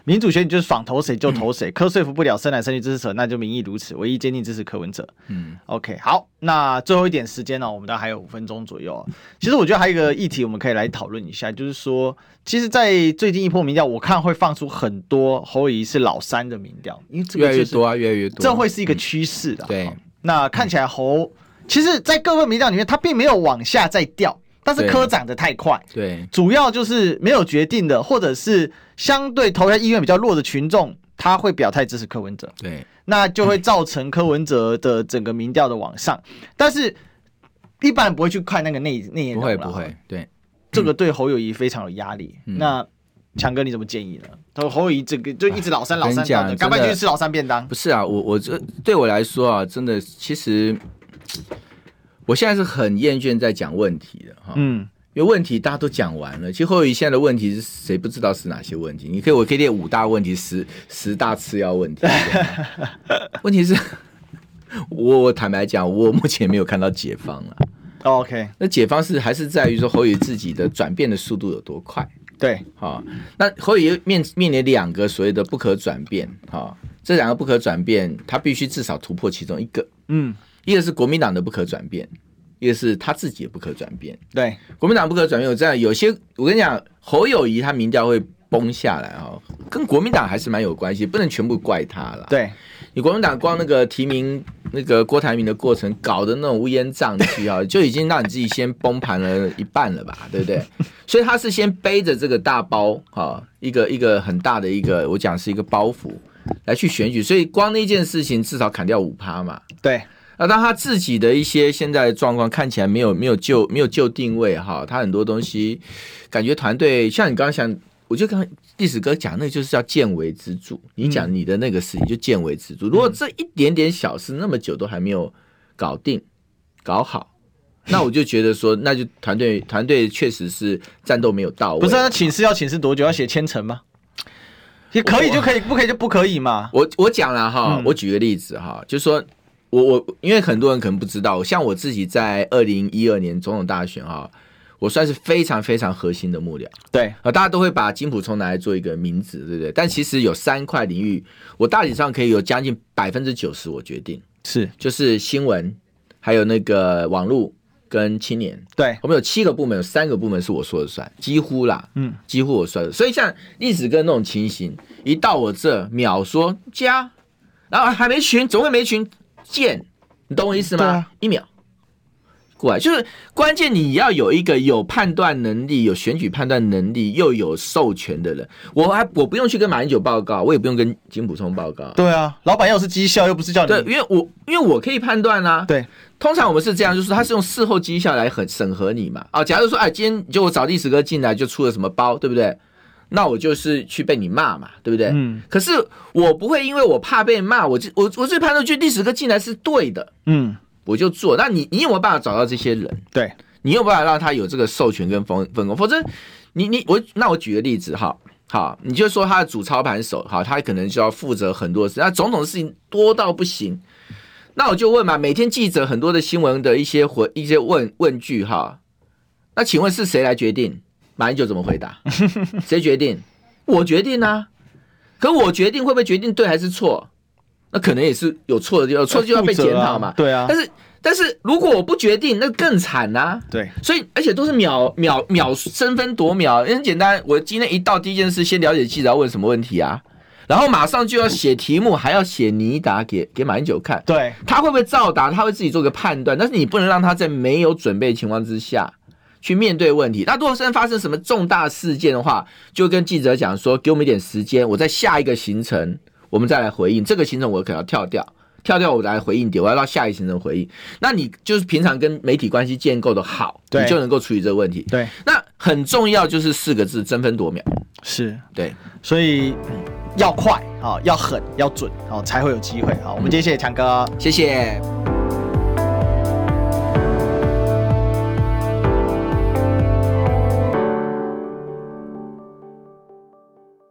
[SPEAKER 2] 民主选举就是爽投谁就投谁， 柯说服不了深蓝深绿支持者，那就民意如此，唯一坚定支持柯文哲。
[SPEAKER 3] 嗯
[SPEAKER 2] OK，好，那最后一点时间呢、我们大概还有五分钟左右、啊其实我觉得还有一个议题，我们可以来讨论一下，就是说，其实，在最近一波民调，我看会放出很多侯友宜是老三的民调，因为这个、
[SPEAKER 3] 越
[SPEAKER 2] 就是、
[SPEAKER 3] 来越多啊，越来越多，
[SPEAKER 2] 这会是一个趋势的、
[SPEAKER 3] 对嗯
[SPEAKER 2] 好，那看起来侯，其实，在各份民调里面，他并没有往下再掉，但是
[SPEAKER 3] 对
[SPEAKER 2] 科涨得太快，
[SPEAKER 3] 对
[SPEAKER 2] 主要就是没有决定的，或者是相对投票意愿比较弱的群众，他会表态支持柯文哲。
[SPEAKER 3] 对
[SPEAKER 2] 那就
[SPEAKER 3] 嗯
[SPEAKER 2] 会造成柯文哲的整个民调的往上。但是一般人不会去看那个内内
[SPEAKER 3] 不
[SPEAKER 2] 容
[SPEAKER 3] 会
[SPEAKER 2] 啦
[SPEAKER 3] 不会，嗯对，
[SPEAKER 2] 这个对侯友谊非常有压力。那强哥你怎么建议呢？他说侯友谊这个就一直老三
[SPEAKER 3] 哎
[SPEAKER 2] 老三
[SPEAKER 3] 跟你讲
[SPEAKER 2] 到底
[SPEAKER 3] 真的
[SPEAKER 2] 赶快去吃老三便当
[SPEAKER 3] 不。是啊，我我这对我来说啊，真的，其实我现在是很厌倦在讲问题的哈，
[SPEAKER 2] 嗯，
[SPEAKER 3] 因为问题大家都讲完了，其实后一现在的问题是谁不知道是哪些问题？你可以，我可以列五大问题、十十大次要问题。对吗问题是，我我坦白讲，我目前没有看到解放了。
[SPEAKER 2] 哦 OK，
[SPEAKER 3] 那解放是还是在于说侯宇自己的转变的速度有多快。
[SPEAKER 2] 对，
[SPEAKER 3] 好、那侯宇面面临两个所谓的不可转变，好、这两个不可转变，他必须至少突破其中一个，
[SPEAKER 2] 嗯，
[SPEAKER 3] 一个是国民党的不可转变，一个是他自己的不可转变。
[SPEAKER 2] 对，
[SPEAKER 3] 国民党不可转变，有这样有些，我跟你讲，侯友谊他民调会崩下来哦，跟国民党还是蛮有关系，不能全部怪他了。，
[SPEAKER 2] 对，
[SPEAKER 3] 你国民党光那个提名那个郭台铭的过程，搞得那种乌烟瘴气啊，就已经让你自己先崩盘了一半了吧，对不对？所以他是先背着这个大包哈、一个一个很大的一个，我讲是一个包袱来去选举，所以光那件事情至少砍掉五趴嘛。
[SPEAKER 2] 对，
[SPEAKER 3] 那当他自己的一些现在的状况看起来没有没有就没有就定位哈，他很多东西感觉团队像你刚刚想，我就刚刚历史哥讲那个就是叫见微知著，你讲你的那个事情就见微知著。
[SPEAKER 2] 嗯
[SPEAKER 3] 如果这一点点小事那么久都还没有搞定搞好，那我就觉得说，那就团队团队确实是战斗没有到位。
[SPEAKER 2] 不是啊那请示要请示多久？要写千层吗？也可以就可以，不可以就不可以嘛。
[SPEAKER 3] 我我讲了哈
[SPEAKER 2] 嗯，
[SPEAKER 3] 我举个例子哈，就说我我因为很多人可能不知道，像我自己在二零一二年总统大选哈，我算是非常非常核心的幕僚
[SPEAKER 2] 对，
[SPEAKER 3] 啊，大家都会把金普聪拿来做一个名字，对不对？但其实有三块领域，我大体上可以有将近百分之九十我决定，
[SPEAKER 2] 是，
[SPEAKER 3] 就是新闻，还有那个网络跟青年。
[SPEAKER 2] 对，
[SPEAKER 3] 我们有七个部门，有三个部门是我说了算，几乎啦，
[SPEAKER 2] 嗯，
[SPEAKER 3] 几乎我说了。所以像历史跟那种情形，一到我这秒说加，然后还没群，总会没群见，你懂我意思吗？
[SPEAKER 2] 对啊
[SPEAKER 3] 一秒过来，就是关键，你要有一个有判断能力、有选举判断能力又有授权的人。我还我不用去跟马英九报告，我也不用跟金普聪报告。
[SPEAKER 2] 对啊，老板又是绩效，又不是叫
[SPEAKER 3] 对，
[SPEAKER 2] 你。
[SPEAKER 3] 因为我因为我可以判断啊啦、
[SPEAKER 2] 对，
[SPEAKER 3] 通常我们是这样，就是他是用事后绩效来很审核你嘛。啊，假如说，哎，今天就我找历史哥进来就出了什么包，对不对？那我就是去被你骂嘛，对不对？
[SPEAKER 2] 嗯。
[SPEAKER 3] 可是我不会因为我怕被骂，我就我我最判断就历史哥进来是对的，
[SPEAKER 2] 嗯，
[SPEAKER 3] 我就做。那你你有没有办法找到这些人？
[SPEAKER 2] 对，
[SPEAKER 3] 你有没有办法让他有这个授权跟分分工？否则你你我那我举个例子哈。好，你就说他的主操盘手，好，他可能就要负责很多事，那种种事情多到不行。那我就问嘛，每天记者很多的新闻的一些回一些问问句哈，那请问是谁来决定？马英九怎么 回答？谁决定？我决定啊。可我决定会不会决定对还是错？那可能也是有错的地方，有错就要被检讨嘛。
[SPEAKER 2] 负责啊对啊
[SPEAKER 3] 但是但是如果我不决定，那更惨啊呐、
[SPEAKER 2] 对，
[SPEAKER 3] 所以，而且都是秒秒秒争分夺秒，也很简单。我今天一到第一件事，先了解记者要问什么问题啊，然后马上就要写题目，还要写拟答给给马英九看，
[SPEAKER 2] 对，
[SPEAKER 3] 他会不会照答？他会自己做个判断，但是你不能让他在没有准备的情况之下去面对问题。那如果真的发生什么重大事件的话，就跟记者讲说，给我们一点时间，我在下一个行程我们再来回应。这个行程我可能要跳掉。跳掉我来回应点，我要到下一个行程回应。那你就是平常跟媒体关系建构的好，
[SPEAKER 2] 对
[SPEAKER 3] 你就能够处理这个问题。
[SPEAKER 2] 对，
[SPEAKER 3] 那很重要就是四个字：争分夺秒。
[SPEAKER 2] 是。
[SPEAKER 3] 对，
[SPEAKER 2] 所以嗯哦要快啊、要狠，要准啊、才会有机会啊、我们今天谢谢强哥。
[SPEAKER 3] 谢谢。